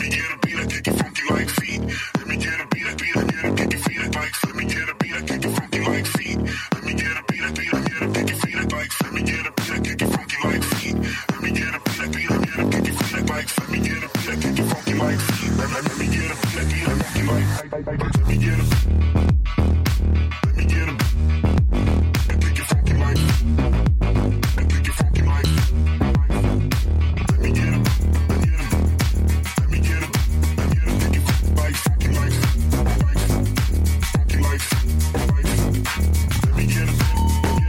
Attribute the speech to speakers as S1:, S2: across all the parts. S1: me get a beat, I kick it funky like feet. Let me get a beat, I beat, I get a kick it feet at bikes. Let me get a beat, I kick it funky like feet. Let me get a beat, I beat, I get a kick it feet at bikes. Let me get a beat, I kick it funky like feet. Let me get a beat, I beat, I get a kick it feet at bikes. Let me get a beat, I kick it funky like feet. Let me let me get a beat, I beat, I funky like. Let me get a. Let me get a. I kick it funky like. I kick it funky like. Let me get a. Let me get a. Let me get 'em, let me get 'em, take it life, funky life, life, funky life, life. Let me get 'em, let me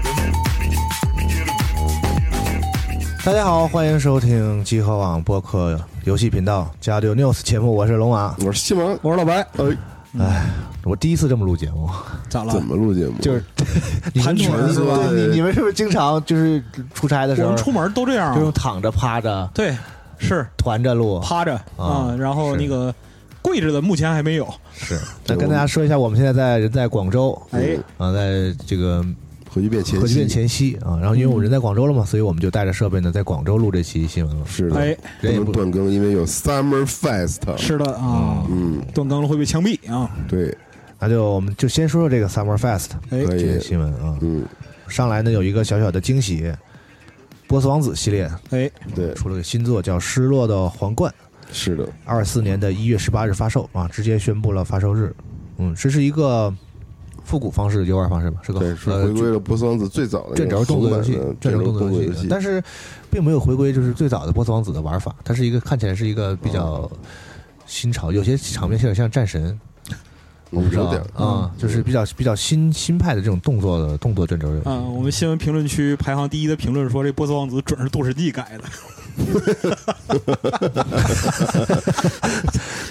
S1: get 'em, let me get 'em.
S2: 大家好，欢迎收听集合网播客游戏频道《加六 news》节目，我是龙马。
S3: 我是西蒙，
S4: 我是老白，
S3: 哎，
S2: 我第一次这么录节目，
S4: 咋了
S3: 怎？么录节目？
S2: 就是你们
S4: 盘腿儿是吧
S2: 对你你们是不是经常就是出差的时
S4: 我
S2: 候，
S4: 们出门都这样
S2: 就用
S4: 啊，
S2: 躺着、趴着、
S4: 对，是
S2: 团着录？
S4: 趴着
S2: 啊
S4: 啊，然后
S2: 是
S4: 那个跪着的目前还没有。
S2: 是。那跟大家说一下，我们现在在人在广州，
S3: 嗯
S4: 哎，
S2: 啊，在这个
S3: 核聚变前夕，
S2: 核聚变前夕啊，然后因为我们人在广州
S4: 嗯
S2: 了嘛，所以我们就带着设备呢，在广州录这期新闻了。
S3: 是的，
S4: 哎，
S3: 不
S2: 人也
S3: 能
S2: 不
S3: 断更，因为有 Summer Fest。
S4: 是的啊，
S3: 嗯，
S4: 断更了会被枪毙啊！
S3: 对，
S2: 那就我们就先说说这个 Summer Fest
S4: 哎，
S3: 可
S2: 这个
S3: 以，
S2: 新闻啊，
S3: 嗯，
S2: 上来呢有一个小小的惊喜，波斯王子系列
S4: 哎，
S3: 对，
S2: 出了个新作叫《失落的皇冠》，
S3: 是的，
S2: 二四年的一月十八日发售啊，直接宣布了发售日。嗯，这是一个复古方式游玩方式吧，是个
S3: 对，是
S2: 呃
S3: 回归了波斯王子最早的
S2: 卷轴动
S3: 动
S2: 作游戏，卷
S3: 卷
S2: 轴
S3: 轴
S2: 动作
S3: 作
S2: 游
S3: 游
S2: 戏，但是并没有回归就是最早的波斯王子的玩法，它是一个看起来是一个比
S3: 哦
S2: 较新潮，有些场面有点像战神，我不
S3: 嗯
S2: 知道
S3: 有点
S2: 啊，就是比较比较新新派的这种动作的动作卷轴游戏。
S4: 啊，我们新闻评论区排行第一的评论说，这波斯王子准是杜十地改的。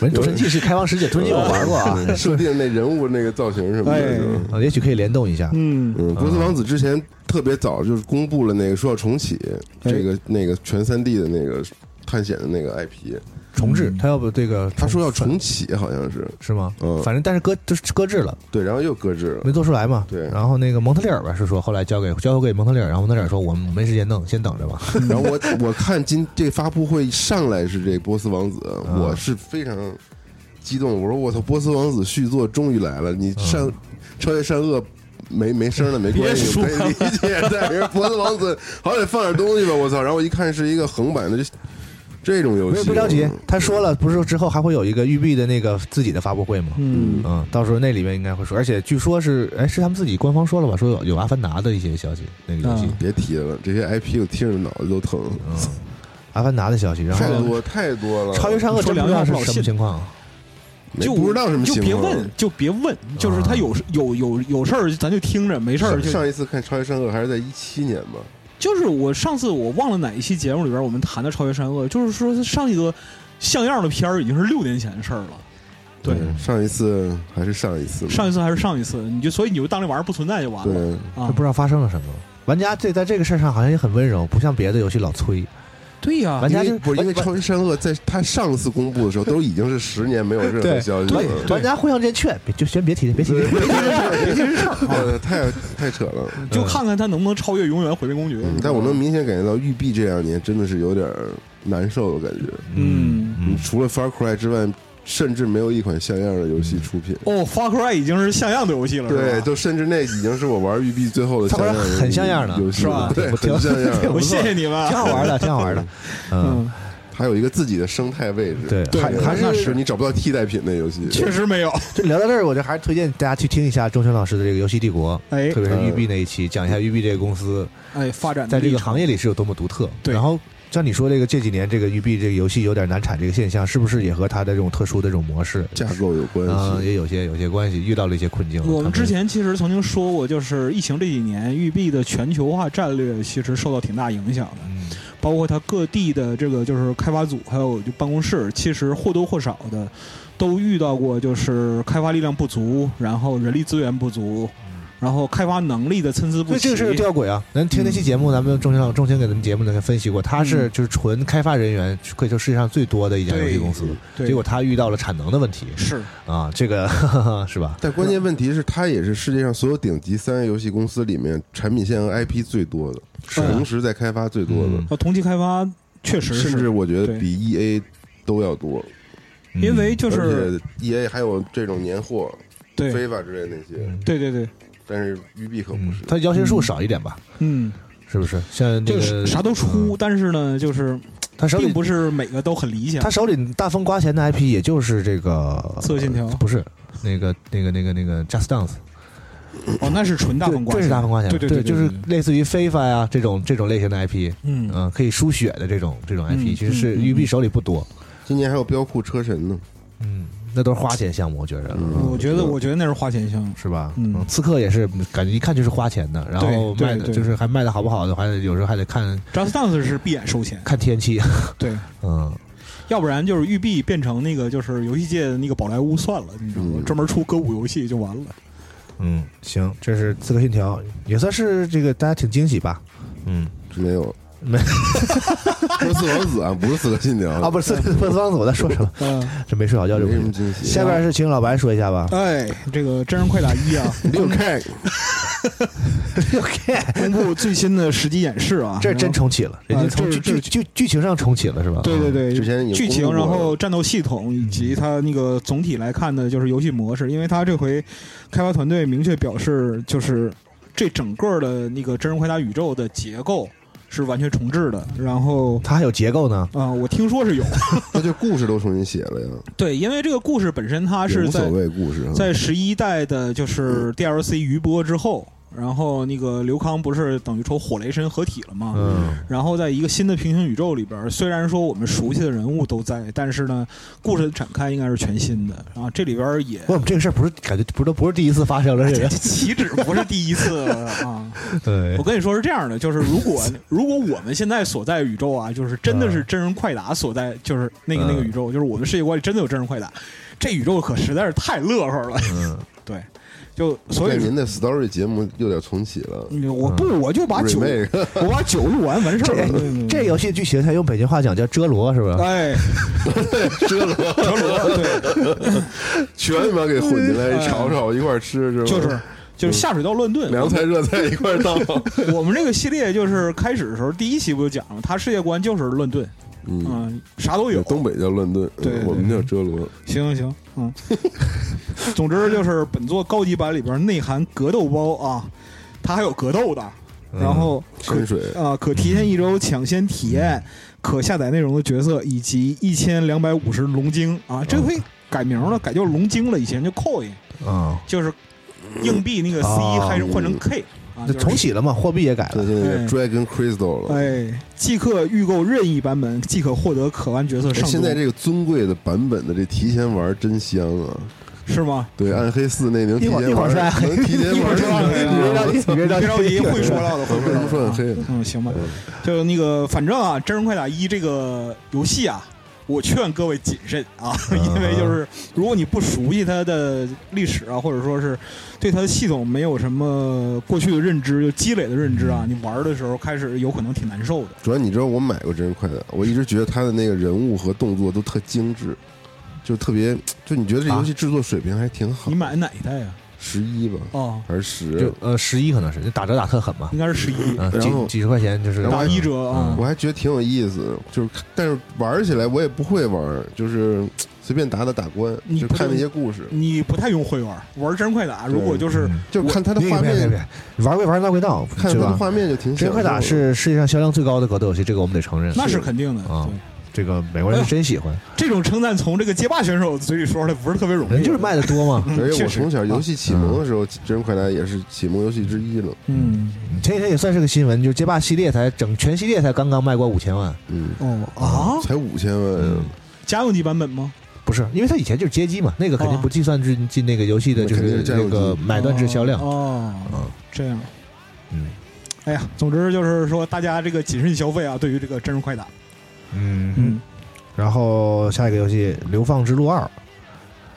S2: 文主神记是开放世界，主神记我玩 过啊，
S3: 设定那人物那个造型什么的
S4: 哎
S3: 是吧。
S2: 啊，也许可以联动一下。
S4: 嗯，
S3: 嗯，波斯王子之前特别早就是公布了那个说要重启
S4: 哎
S3: 这个那个全三 D 的那个探险的那个 IP，
S2: 重置，他要不这个
S3: 嗯他说要重启好像是，
S2: 是吗？
S3: 嗯
S2: 反正但是搁就是搁置了，
S3: 对，然后又搁置了，
S2: 没做出来嘛。
S3: 对
S2: 然后那个蒙特利尔吧是说后来交给交给蒙特利尔，然后蒙特利尔说我们没时间弄，先等着吧。
S3: 然后我啊我看今这发布会上来是这波斯王子，
S4: 啊
S3: 我是非常激动。我说我操，波斯王子续作终于来了！你
S4: 啊
S3: 善超越善恶没没声了没关
S4: 别
S3: 系，
S4: 说
S3: 我可以理解。 但是波斯王子好歹放点东西吧，我操！然后我一看是一个横版的这这种游
S2: 不
S3: 戏，嗯
S2: 是不着急，他说了，不是说之后还会有一个育碧的那个自己的发布会吗？
S4: 嗯，
S2: 嗯，到时候那里面应该会说，而且据说是，哎，是他们自己官方说了吧？说有有阿凡达的一些消息，那个游戏，
S4: 啊
S3: 别提了，这些 IP 我听着脑子都疼，
S2: 嗯，阿凡达的消息，然
S3: 太
S2: 后
S3: 多太多了。
S2: 超越善恶真不知道是什么情况，
S3: 没
S4: 就
S3: 不知道什么
S4: 就
S3: 情
S4: 别
S3: 况。啊
S4: 问，就别问，就是他有有有有事儿，咱就听着，没事儿
S3: 上
S4: 就
S3: 上一次看超越善恶还是在一七年吧，
S4: 就是我上次我忘了哪一期节目里边我们谈的《超越善恶》，就是说上一个像样的片儿已经是六年前的事儿了。对，
S2: 嗯
S3: 上一次还是上一次嘛，
S4: 上一次还是上一次，你就所以你就当这玩意儿不存在就完了
S3: 对。
S2: 就
S4: 啊
S2: 不！知道发生了什么。玩家这在这个事儿上好像也很温柔，不像别的游戏老催。
S4: 对呀、
S2: 玩
S3: 因
S2: 家
S3: 为
S2: 就
S3: 不是因为《
S2: 玩
S3: 超级善恶》在他上次公布的时候，都已经是十年没有任何
S2: 对
S3: 消息
S2: 玩
S3: 了。
S2: 玩家互相之间劝，别就先别提，别提，别提
S3: 对， 对太太扯了。
S4: 就看看他能不能超越《永远毁灭公爵》
S3: 嗯但我能明显感觉到，育碧这两年真的是有点儿难受的感觉。
S4: 嗯
S3: 嗯除了《Far Cry》之外，甚至没有一款像样的游戏出品。
S4: 哦，《Far Cry》已经是像样的游戏了，
S3: 对，
S4: 是吧？
S3: 就甚至那已经是我玩育碧最后的像样的游戏
S2: 很像样的
S3: 游戏
S4: 是吧
S3: 了对，
S2: 我挺
S3: 很像
S2: 对
S3: 样
S4: 我
S2: 不。错
S4: 哎谢谢你们啊
S2: 挺。好玩的，挺好玩的。嗯，
S4: 嗯，
S3: 还有一个自己的生态位置，
S2: 对还还是
S3: 那是你找不到替代品的游戏。
S4: 确实没有。
S2: 就聊到这儿，我就还是推荐大家去听一下钟铉老师的这个《游戏帝国》，
S4: 哎
S2: 特别是育碧那一期，讲一下育碧这个公司
S4: 哎，发展
S2: 在这个
S4: 行
S2: 行业里是有多么独特。
S4: 对
S2: 然后像你说这个这几年这个育碧这个游戏有点难产这个现象，是不是也和它的这种特殊的这种模式
S3: 架构有关
S2: 啊、
S3: 系，
S2: 也有些有些关系？遇到了一些困境。
S4: 我们
S2: 他
S4: 之前其实曾经说过，就是疫情这几年，育碧的全球化战略其实受到挺大影响的。
S2: 嗯
S4: 包括它各地的这个就是开发组，还有就办公室，其实或多或少的都遇到过，就是开发力量不足，然后人力资源不足，
S2: 嗯
S4: 然后开发能力的参差不
S2: 所以
S4: 齐。
S2: 这个是个吊诡啊！咱听那期节目，咱们钟情钟情给咱们节目呢分析过，他
S4: 嗯
S2: 是就是纯开发人员，可以说世界上最多的一家游戏公司，
S4: 对
S2: 结果他遇到了产能的问题
S4: 是
S2: 啊，这个 哈哈哈，是吧？
S3: 但关键问题是，它也是世界上所有顶级三 A 游戏公司里面产品线和 IP 最多的，
S4: 是
S3: 同时在开发最多的，
S2: 嗯
S4: 呃，同期开发确实
S3: 甚至
S4: 是
S3: 我觉得
S4: 对
S3: 比 EA 都要多。
S2: 嗯
S4: 因为就
S3: 而
S4: 是
S3: 且 EA 还有这种年货、
S4: 对嗯
S3: 非法之类的那些，
S4: 对对对，
S3: 但是育碧可不是。
S2: 它摇钱树少一点吧？
S4: 嗯，
S2: 是不是？像那
S4: 就
S2: 个嗯
S4: 是啥都出，但是呢，就是
S2: 他手里
S4: 并不是每个都很理想
S2: 他。手里大风刮钱的 IP 也就是这个《
S4: 刺客信条
S2: 不是那个那个那个那个 Just Dance，
S4: 哦，那是纯大风
S2: 对
S4: 刮
S2: 这
S4: 钱，
S2: 是大风刮钱，
S4: 对对，
S2: 就是类似于非法呀这种这种类型的 IP，
S4: 嗯
S2: 嗯，可以输血的这种这种 IP，
S4: 嗯
S2: 其实是
S4: 嗯嗯
S2: 育碧手里不多，
S3: 今年还有标库车神呢，
S2: 嗯，那都是花钱项目，我觉着。
S3: 嗯
S4: 我觉得我觉得那是花钱项目。
S2: 是吧？
S4: 嗯
S2: 刺客也是感觉一看就是花钱的，然后
S4: 对对
S2: 卖的
S4: 对
S2: 就是还卖的好不好的，还得有时候还得看
S4: Just Dance 是闭眼收钱，
S2: 看天气，
S4: 对，
S2: 嗯，
S4: 要不然就是育碧变成那个就是游戏界的那个宝莱坞算了，你知道吗？
S3: 嗯
S4: 专门出歌舞游戏就完了。
S2: 嗯，行，这是《刺客信条》，也算是这个大家挺惊喜吧？嗯，
S3: 没有。
S2: 没
S3: 波斯王子啊，不是刺客信条
S2: 啊，不是《刺刺客王子》，我在说什么？
S4: 嗯，
S2: 这没睡好觉，这不
S3: 没什
S2: 行
S3: 么。惊喜。
S2: 下边是请老白说一下吧。
S4: 哎，这个真人快打一啊，
S3: 六 K
S2: OK，
S4: 公布最新的实际演示啊，
S2: 这
S4: 然后
S2: 真重启了，人家
S4: 啊
S2: 从
S4: 这
S2: 剧剧
S4: 这
S2: 剧剧情上重启了是吧？
S4: 对对对，
S3: 之前已经
S4: 剧
S3: 公
S4: 情，
S3: 布过
S4: 然
S3: 了
S4: 后战斗系统以及它那个总体来看的就是游戏模式，因为它这回开发团队明确表示，就是这整个的那个真人快打宇宙的结构是完全重置的。然后
S2: 它还有结构呢。
S4: 啊、我听说是有
S3: 那就故事都重新写了呀，
S4: 对，因为这个故事本身它
S3: 也
S4: 是
S3: 无所
S4: 在
S3: 谓故事啊。
S2: 嗯
S4: 在十一代的就是 DLC 余波之后，然后那个刘康不是等于说火雷神合体了吗？
S2: 嗯，
S4: 然后在一个新的平行宇宙里边儿，虽然说我们熟悉的人物都在，但是呢，故事的展开应该是全新的。然后这里边儿也
S2: 不，我们这个事儿不是感觉不是都不是第一次发生了，这个。
S4: 岂止不是第一次了 啊！
S2: 对
S4: 我，跟你说是这样的，就是如果如果我们现在所在宇宙啊，就是真的是真人快打所在，就是那个
S2: 嗯
S4: 那个宇宙，就是我们世界观里真的有真人快打，这宇宙可实在是太乐呵了。
S2: 嗯，
S4: 对，就所
S3: 对
S4: 以
S3: 您的 story 节目又得重启了，
S4: 嗯我不我就把酒
S3: remake
S4: 我把酒录完完事儿了。嗯
S2: 这这游戏剧情，它用北京话讲叫“遮罗”是
S3: 啊
S2: 吧？
S4: 哎，
S3: 折了，
S4: 德罗对。
S3: 全把给混进来，
S4: 哎
S3: 炒炒一块儿吃是吧？
S4: 就是就是下水道乱炖。
S3: 凉菜热菜一块儿倒。
S4: 我们这个系列就是开始的时候第一期不就讲了，他世界观就是乱炖，
S3: 嗯，
S4: 嗯，啥都有。
S3: 东北叫乱炖，
S4: 对对
S3: 我们叫折罗。
S4: 行行行，嗯。总之就是本作高级版里边内含格斗包啊，它还有格斗的，然后可
S3: 嗯深水嗯
S4: 啊、可提前一周抢先体验，可下载内容的角色以及一千两百五十龙晶啊，这
S3: 嗯
S4: 回改名了，改叫龙晶了，以前就 coin，
S3: 哎
S2: 嗯，
S4: 就是硬币那个 C
S2: 哦
S4: 还是换成 K 啊，
S2: 那
S4: 就是
S2: 重启了嘛，货币也改
S3: 这
S2: 了。
S3: 现在
S4: 哎
S3: Dragon Crystal 了。
S4: 哎，即刻预购任意版本，即可获得可玩角色
S3: 哎
S4: 上桌。
S3: 现在这个尊贵的版本的这提前玩真香啊！
S4: 是吗？
S3: 对，暗黑四那能提
S2: 一会儿一
S3: 前
S2: 会儿
S3: 玩，
S2: 说暗黑
S3: 能提前
S4: 一会
S3: 玩
S4: 儿说暗黑啊
S3: 你
S2: 你别
S3: 别让
S2: 着
S4: 别着急，会说到的，
S3: 我
S4: 会
S3: 为什么说
S4: 到
S3: 暗
S4: 的。
S3: 黑呢？
S4: 嗯，行吧，就那个，反正啊，《真人快打一》这个游戏啊，我劝各位谨慎啊，因为就是如果你不熟悉它的历史啊，或者说是对它的系统没有什么过去的认知，就积累的认知啊，你玩的时候开始有可能挺难受的。
S3: 主要你知道我买过真人快打，我一直觉得他的那个人物和动作都特精致，就特别，就你觉得这游戏制作水平还挺好
S4: 你。买哪一代啊？
S3: 十一吧，
S4: 哦，
S3: 还是十
S2: 就？呃十一可能是就打折打特狠嘛，
S4: 应该是十一，
S2: 嗯，
S3: 然后
S2: 几几十块钱就是
S3: 然后
S4: 打一折啊
S2: 嗯
S3: 我。还觉得挺有意思，就是但是玩起来我也不会玩，就是随便打打打关，
S4: 你
S3: 就
S4: 不
S3: 看
S4: 能
S3: 那些故事，
S4: 你不太用会玩，玩真人快打，
S3: 对
S4: 如果就是
S2: 嗯
S3: 就看他的
S2: 别
S3: 画
S2: 别别
S3: 面，
S2: 别，玩归玩，闹归闹，
S3: 看
S2: 是
S3: 他的
S2: 吧？
S3: 画面就挺
S2: 真人
S3: 享受
S2: 快打
S3: 的
S2: 是世界上销量最高的格斗游戏，这个我们得承认。
S4: 那是肯定的。
S2: 啊
S4: 对
S2: 这个美国人是真喜 欢，
S4: 这种称赞从这个街霸选手嘴里说出来不是特别容易，
S2: 人就是卖的多嘛。
S4: 嗯。
S3: 而且
S4: 确
S3: 我
S4: 实
S3: 从小游戏启蒙的时候，真人快打也是启蒙游戏之一了。
S4: 嗯
S2: 前几天也算是个新闻，就街霸系列才整全系列才刚刚卖过五千万，
S3: 嗯，
S4: 哦啊，
S3: 才五千万啊，
S4: 家用机版本吗？
S2: 不是，因为它以前就是街机嘛，那个肯
S4: 哦
S2: 定不计算进进那个游戏的，
S3: 那
S2: 就
S3: 肯定
S2: 是
S3: 是占
S2: 那
S3: 有
S2: 个
S3: 机
S2: 买断制销量。
S4: 哦，
S2: 嗯
S4: 这样。
S2: 嗯
S4: 哎呀，总之就是说，大家这个谨慎消费啊，对于这个真人快打，
S2: 嗯。然后下一个游戏《流放之路二》，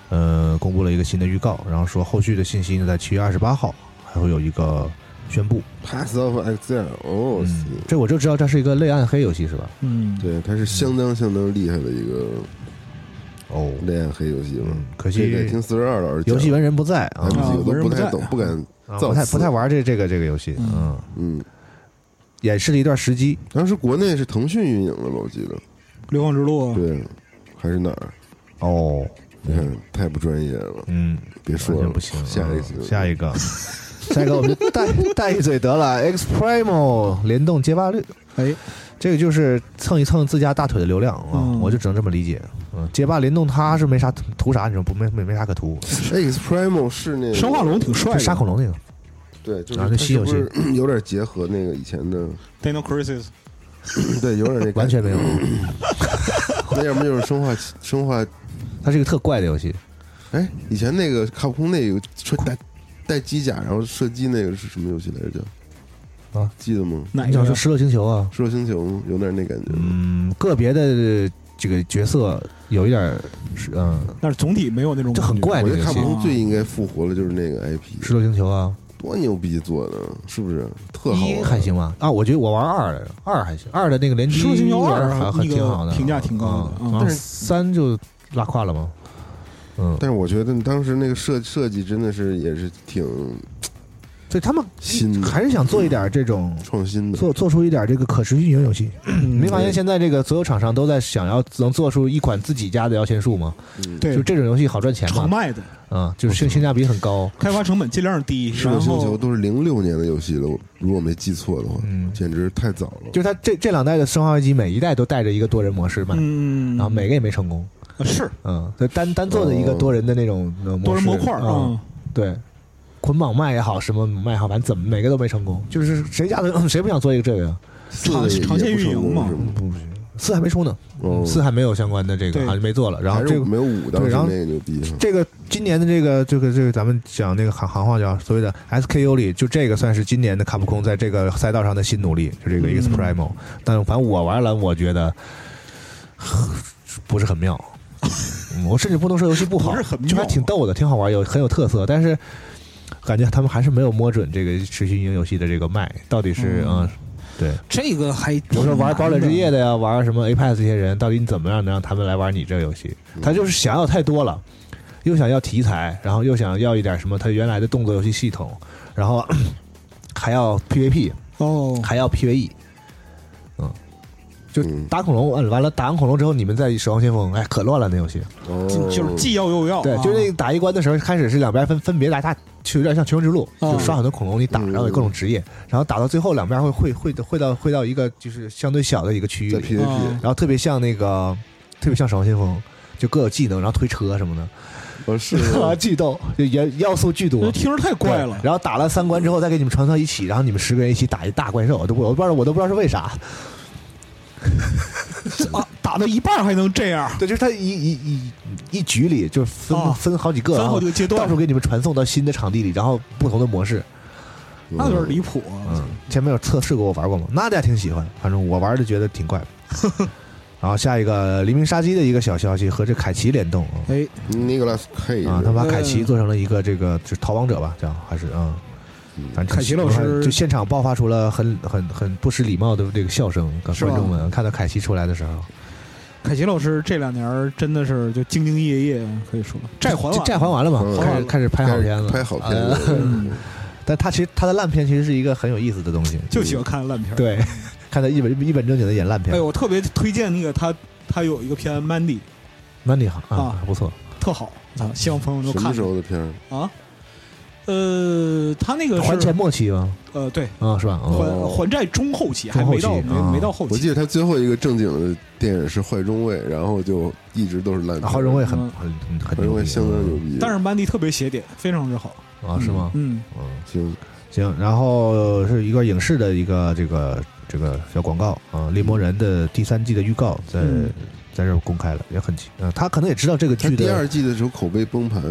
S2: 呃，公布了一个新的预告，然后说后续的信息呢，在七月二十八号还会有一个宣布。
S3: Pass of Exile，哦，
S2: 嗯，这我就知道这是一个类暗黑游戏是吧？
S4: 嗯，
S3: 对，它是相当相当厉害的一个
S2: 哦
S3: 恋爱黑游戏了
S2: 嗯。，可
S3: 这得
S2: 惜
S3: 听四十二老师讲
S2: 游戏文人不在啊
S3: 咱们
S4: 啊
S3: 几个
S4: 文人
S3: 都不
S4: 不
S3: 太
S4: 在
S3: 懂，不敢，
S2: 啊
S3: 造
S2: 不太
S3: 次
S2: 不太玩这这个这个游戏，
S4: 嗯
S2: 嗯，
S3: 嗯。
S2: 演示了一段时机，
S3: 当时国内是腾讯运营的吧？我记得，
S4: 流放之路啊
S3: 对，还是哪儿？
S2: 哦，
S3: 你看太不专业了，
S2: 嗯，
S3: 别
S2: 完
S3: 说
S2: 全
S3: 了，
S2: 不行。啊嗯
S3: 下一次，
S2: 下一个， 下一个我们带带一嘴得了。X Primo 联动结巴率，
S4: 哎，
S2: 这个就是蹭一蹭自家大腿的流量啊，
S4: 嗯
S2: 我就只能这么理解。嗯，结巴联动它是没啥图啥，你说不没没没啥可图，
S3: X Primo 是那个
S4: 生化，龙挺
S2: 就
S4: 帅的
S2: 杀恐龙那个。
S3: 对，就是
S2: 啊
S3: 它
S2: 那稀
S3: 是
S2: 有
S3: 不
S2: 性
S3: 是 有点结合那个以前的，
S4: ，Dino Crisis，
S3: 对，有点那感觉
S2: 完 全没有，
S3: 那要么就是生化生化，
S2: 它是一个特怪的游戏。
S3: 哎，以前那个卡普空那个穿带带机甲然后射击那个是什么游戏来着？叫
S2: 啊，
S3: 记得吗？
S4: 哪
S2: 你
S4: 一
S2: 想
S4: 个
S2: 说
S4: 呀
S2: 《？失落星球》啊？
S3: 射星球有点那感觉，
S2: 嗯，个别的这个角色有一点儿是，嗯，
S4: 但是总体没有那种
S2: 这很
S4: 感觉
S2: 怪
S3: 我
S2: 这
S3: 觉
S2: 个
S3: 得
S2: 游
S3: 卡
S2: 戏
S3: 普
S2: 《
S3: 空最应该复活的就是那个 IP，
S2: 失落星球》啊，
S3: 多牛逼做的，是不是？特好
S2: 一
S3: 玩，
S2: 还行吧？啊，我觉得我玩二来着，二还行，二的那个联机
S4: 失落星球二
S2: 玩还还
S4: 那个
S2: 挺好的，
S4: 评价挺高的
S2: 嗯然
S4: 嗯
S2: 后
S3: 但是
S2: 三就拉胯了嘛，嗯，
S3: 但是我觉得当时那个
S4: 嗯
S3: 设设计真的是也是挺
S2: 所以他们
S3: 新的、
S2: 还是想做一点这种。
S3: 创新的。
S2: 做做出一点这个可持续性游戏，你
S4: 嗯
S2: 没发现现在这个所有厂商都在想要能做出一款自己家的摇钱树吗？
S3: 嗯，
S4: 对
S2: 就这种游戏好赚钱
S4: 常
S2: 嘛，
S4: 卖的，
S2: 啊，就是性性价比很高，
S4: 开发成本尽量低，
S3: 失
S4: 然
S3: 落星球
S4: 后
S3: 都是零六年的游戏了，我如果没记错的话，
S2: 嗯，
S3: 简直太早了。
S2: 就是它这这两代的《生化危机》，每一代都带着一个多人模式卖，
S4: 嗯，
S2: 然后每个也没成功，
S4: 啊是
S2: 嗯，就单单做的一个
S3: 哦
S2: 多人的那种、呃
S4: 多人模
S2: 模式
S4: 块儿，
S2: 嗯
S4: 嗯，
S2: 对，捆绑卖也好，什么卖也好，反正怎么每个都没成功，就是谁家的嗯谁不想做一个这个呀？
S3: 四的也
S4: 长线
S3: 也不
S4: 运营
S3: 成功
S4: 嘛嗯啊
S3: 是吗
S2: 不行，四还没出呢，
S3: 哦
S2: 四还没有相关的这个，
S4: 对
S2: 好像没做了，然后
S3: 还
S2: 这
S3: 是
S2: 个。
S3: 没有五当
S2: 对
S3: 时
S2: 然后
S3: 那个牛
S4: 嗯
S3: 逼哈。
S2: 这个今年的这个这个这个，咱们讲那个行行话叫所谓的 SKU 里，就这个算是今年的卡普空在这个赛道上的新努力，就这个
S4: 嗯
S2: X Primo、但反正我玩了，我觉得 呵不是很 妙。嗯我甚至不能说游戏不好，
S4: 不是很妙
S2: 就还挺逗的，挺好玩，有很有特色，但是。感觉他们还是没有摸准这个持续运营游戏的这个脉，到底是
S4: 嗯
S2: 嗯，对，
S4: 这个还比
S2: 比如说玩《堡垒之夜》的呀，玩什么 Apex 这些人，到底你怎么样能让他们来玩你这个游戏？
S3: 嗯
S2: 他就是想要太多了，又想要题材，然后又想要一点什么他原来的动作游戏系统，然后 还要 PVP，
S4: 哦，
S2: 还要 PVE，嗯，就
S3: 嗯
S2: 打恐龙，嗯完了打完恐龙之后，你们再守望先锋，哎，可乱了那游戏。
S3: 哦
S4: 就就是既要又要，
S2: 呃对，
S4: 啊
S2: 就那打一关的时候，开始是两边分分别打，打就有点像《求生之路》，
S4: 嗯
S2: 就刷很多恐龙，你打，
S3: 嗯
S2: 然后有各种职业，然后打到最后两边会会会会到会到一个就是相对小的一个区域
S3: 在
S2: 里，
S4: 啊
S3: PVP，
S2: 然后特别像那个特别像《守望先锋》，就各有技能，然后推车什么的，
S3: 哦是
S2: 巨逗，就元要素巨
S4: 我
S2: 多
S4: 觉得。听着太怪了
S2: 对，然后打了三关之后，再给你们传到一起，然后你们十个人一起打一大怪兽，我都不我都不知道我都不知道是为啥。
S4: 啊，打到一半还能这样，
S2: 对，就是他一一一一局里就分、
S4: 啊
S2: 分好几个，
S4: 分
S2: 然
S4: 好
S2: 后
S4: 几个阶
S2: 到
S4: 段
S2: 处，给你们传送到新的场地里，然后不同的模式。
S4: 那有点离谱啊。
S2: 嗯，前面有测试过，我玩过吗？那大家挺喜欢，反正我玩的觉得挺怪。 然后下一个《黎明杀机》的一个小消息和这凯奇联动啊，
S4: 哎，
S3: Nicholas K
S2: 啊，他把凯奇
S4: 嗯
S2: 做成了一个这个就是逃亡者吧，叫还是嗯，反正就
S4: 凯奇老师
S2: 就现场爆发出了很很很不失礼貌的这个笑声，跟
S4: 是吧
S2: 观众们看到凯奇出来的时候，
S4: 凯奇老师这两年儿真的是就兢兢业业，啊可以说债还
S2: 这
S4: 完，
S2: 债还完了嘛，
S3: 嗯
S2: 开
S4: 还
S2: 始
S4: 了
S2: 开始拍好片子，
S3: 拍好片
S2: 呃
S3: 子，
S2: 但他其实他的烂片其实是一个很有意思的东西，
S4: 就喜欢看烂片儿。
S2: 对， 看他一本一本正经的演烂片
S4: 哎，，我特别推荐那个他，他有一个片《Mandy》
S2: 那你好啊
S4: 啊，
S2: 不错，
S4: 特好，啊，希望朋友们都
S3: 什么
S4: 看
S3: 时候的片儿？
S4: 啊。呃，他那个
S2: 还
S4: 是
S2: 钱末期吗？
S4: 呃，对，
S2: 啊，是吧？嗯
S4: 还呃还债中后期，还
S2: 中后
S4: 没
S2: 期
S4: 到没
S2: 啊
S4: 没到后
S3: 我记
S4: 期。
S3: 得他最后一个正经的电影是《坏中尉》，然后就一直都是烂片。
S2: 郝荣卫很
S4: 嗯
S2: 很很
S3: 坏
S2: 很
S3: 中
S2: 牛
S3: 尉
S2: 逼，嗯
S3: 相当牛逼，
S4: 但是 Mandy 特别写点，非常之好
S2: 啊，是吗？
S4: 嗯，
S2: 嗯。
S3: 行，
S2: 行，然后是一个影视的一个这个这个小广告啊，《猎魔人》的第三季的预告在、
S4: 嗯
S2: 在这儿公开了，也很奇，呃，他可能也知道这个
S3: 他
S2: 剧的
S3: 第二季的时候口碑崩盘，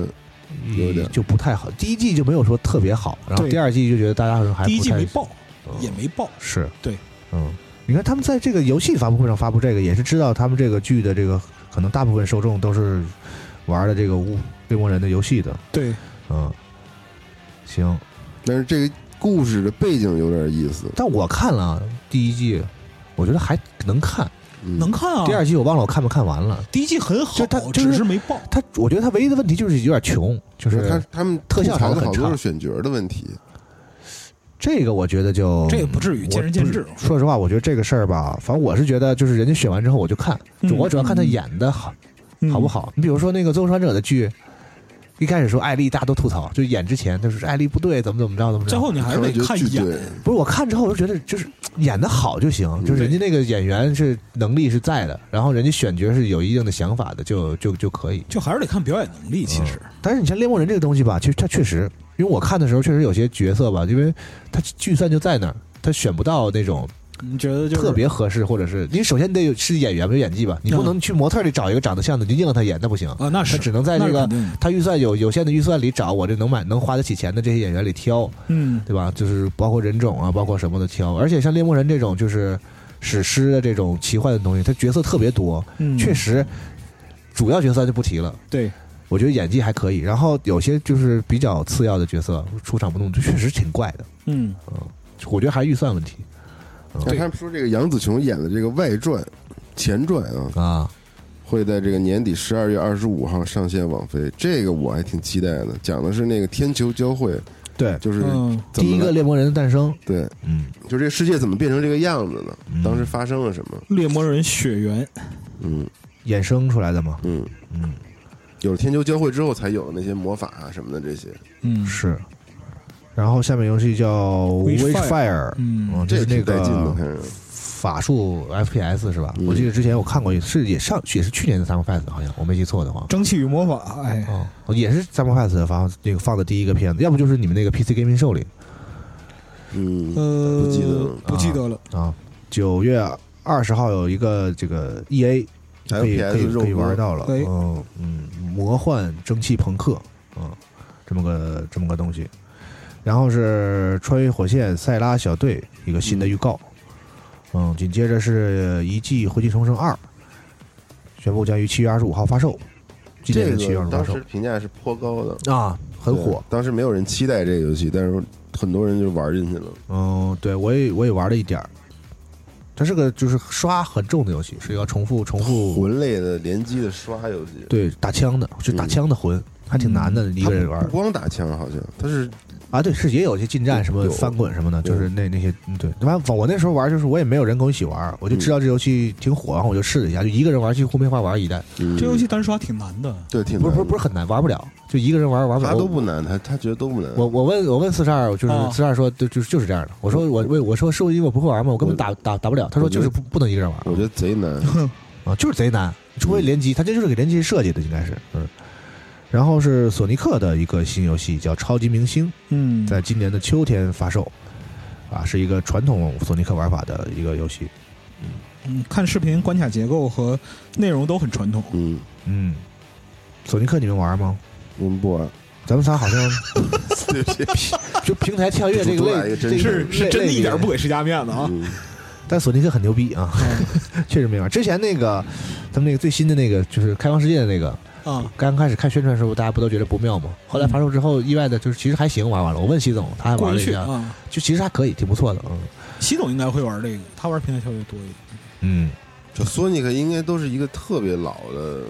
S3: 有点
S2: 就不太好，第一季就没有说特别好，然后
S4: 对
S2: 第二季就觉得大家好像还不
S4: 第一季
S2: 太
S4: 没爆，
S2: 嗯
S4: 也没爆。
S2: 是
S4: 对，
S2: 嗯，你看他们在这个游戏发布会上发布这个，也是知道他们这个剧的这个可能大部分受众都是玩的这个巫《猎魔人》的游戏的，
S4: 对，
S2: 嗯，行，
S3: 但是这个故事的背景有点意思，
S2: 但我看了第一季，我觉得还能看。
S3: 嗯
S4: 能看啊。
S2: 第二季我忘了我看没看完了。
S4: 第一季很好
S2: 就他，就是嗯
S4: 只是没爆。
S2: 他，我觉得他唯一的问题就是有点穷，就
S3: 他
S2: 是
S3: 他们
S2: 特效
S3: 吐
S2: 啥
S3: 槽
S2: 的
S3: 的好
S2: 很
S3: 多
S2: 差
S3: 是选角的问题，
S2: 这个，我觉得就
S4: 这个不至于见仁见智
S2: 我不是说实话，我觉得这个事儿吧，反正我是觉得，就是人家选完之后我就看，就
S4: 嗯
S2: 我主要看他演的好，
S4: 嗯
S2: 好不好？你比如说那个《最后生还者》的剧，一开始说艾丽，大家都吐槽，就演之前他说艾丽不对，怎么怎么着，怎么着。
S4: 最后你
S3: 看
S4: 还是
S3: 完
S4: 得
S3: 觉得
S4: 看
S3: 巨
S4: 演，
S3: 对，
S2: 不是我看之后，我就觉得就是演的好就
S4: 嗯
S2: 行，就是人家那个演员是能力是在的，然后人家选角是有一定的想法的，就就就可以。
S4: 就还是得看表演能力。其实，
S2: 但是你像猎魔人这个东西吧，其实它确实，因为我看的时候确实有些角色吧，因为他预算就在那儿，他选不到那种
S4: 你觉得就是
S2: 嗯特别合适，或者是你首先你得有是演员没有演技吧，你不能去模特里找一个长得像的你就硬让他演，那不行，
S4: 啊，那
S2: 他
S4: 是
S2: 只能在
S4: 那
S2: 这
S4: 是
S2: 个
S4: 肯定的
S2: 他预算有有限的预算里找我这能买能花得起钱的这些演员里挑，
S4: 嗯
S2: 对吧？就是包括人种啊，包括什么的挑，而且像猎魔人这种就是史诗的这种奇幻的东西，他角色特别多，
S4: 嗯，
S2: 确实主要角色就不提了。
S4: 对，
S2: 我觉得演技还可以，然后有些就是比较次要的角色出场不动，就确实挺怪的。
S4: 嗯
S2: 我觉得还是预算问题嗯
S3: 但他们说这个杨紫琼演的这个外传、前传啊，
S2: 啊。
S3: 会在这个年底十二月二十五号上线网飞，这个我还挺期待的。讲的是那个天球交汇，
S2: 对，
S3: 就是
S4: 嗯，
S3: 怎
S2: 第
S3: 么
S2: 一个
S3: 了
S2: 猎魔人的诞生，
S3: 对，
S2: 嗯，
S3: 就这世界怎么变成这个样子的，当时发生了什么？
S4: 猎魔人血缘
S3: 嗯
S2: 衍生出来的嘛，
S3: 嗯，
S2: 嗯，
S3: 有了天球交汇之后才有那些魔法啊什么的这些，
S4: 嗯
S2: 是。然后下面游戏叫
S4: Witchfire
S2: Witchfire，
S4: 嗯
S2: 嗯，就
S3: 这
S2: 是那
S3: 也挺带劲的，
S2: 个
S3: 看着。
S2: 法术 FPS 是吧？
S3: 嗯
S2: 我记得之前我看过一次，是也上也是去年的 Summer Fest，好像我没记错的话。
S4: 蒸汽与魔法，哎，
S2: 哦，也是 Summer Fest 放那个放的第一个片子，要不就是你们那个 PC Gaming Show 里
S3: 嗯，
S4: 呃，
S3: 不记得了
S4: 不记得了，
S2: 啊，九月二十号有一个这个 E A
S3: 还有
S2: 可以可
S3: PS
S2: 以
S3: 肉
S2: 可以
S3: 搏
S2: 玩到了，
S4: 哎
S2: 嗯嗯，魔幻蒸汽朋克，嗯，这么个这么个东西。然后是《穿越火线》塞拉小队一个新的预告，嗯，紧接着是《一季回击重生二》，宣布将于七月二十五号发售，今年
S3: 这
S2: 的七月二
S3: 个
S2: 十五号
S3: 当
S2: 发
S3: 时评价是颇高的，
S2: 售啊，很
S3: 对
S2: 火。。
S3: 当时没有人期待这个游戏，但是很多人就玩进去了。
S2: 嗯，对我也我也玩了一点儿，它是个就是刷很重的游戏，是要重复重复
S3: 魂类的联机的刷游戏，
S2: 对，打枪
S3: 嗯
S2: 的，就打枪的魂，还挺难的，一
S3: 它
S2: 个人玩
S3: 不光打枪，好像它是
S2: 啊。对，是也有一些近战什么
S3: 有
S2: 翻滚什么的，
S3: 对
S2: 就是那那些嗯对。反正我那时候玩，就是我也没有人跟我一起玩，我就
S3: 嗯
S2: 知道这游戏挺火，然后我就试了一下，就一个人玩，几乎没法玩一代，
S3: 这
S4: 这游戏单刷挺难的，
S3: 嗯对挺
S2: 不是不是不
S3: 是，
S2: 是很难，玩不了，就一个人玩玩不
S3: 他
S2: 了。
S3: 都
S2: 我
S3: 不难，他他觉得都不难。
S2: 我我问我问四十二，就是
S4: 啊
S2: 四十二说就就是就是这样的。我说我我我说是因为我不会玩嘛，我根本打打打不了。他说
S3: 嗯我觉
S2: 就
S3: 得嗯
S2: 是不不能一个人玩
S3: 我觉得贼难，
S2: 啊，就是贼难，除非
S3: 嗯
S2: 联机，他这就是给联机设计的，应该是嗯。然后是索尼克的一个新游戏叫《超级明星》。
S4: 嗯，
S2: 在今年的秋天发售，啊，是一个传统索尼克玩法的一个游戏。
S4: 嗯，看视频关卡结构和内容都很传统，
S3: 嗯，
S2: 嗯，索尼克你们玩吗？
S3: 我们不玩，
S2: 咱们仨好像
S3: 对不起，
S2: 就平台跳跃这
S3: 主
S2: 个
S3: 打一
S2: 类
S3: 个真
S2: 这个
S3: 是
S2: 类
S4: 是真的一点儿不，
S2: 类
S4: 给世家面子啊，
S3: 嗯
S2: 别但索尼克很牛逼啊， 确实没玩。之前那个咱们那个最新的那个就是开放世界的那个，
S4: 啊，
S2: 刚开始看宣传的时候大家不都觉得不妙吗？后来发售之后，意外的就是其实还行，玩完了。我问习总，他还
S4: 过
S2: 玩
S4: 得
S2: 了一
S4: 去
S2: 下，
S4: 啊。
S2: 就其实还可以，挺不错的。嗯
S4: 习总应该会玩这个，他玩平台跳跃多一点。
S2: 嗯，
S3: 就索尼克应该都是一个特别老的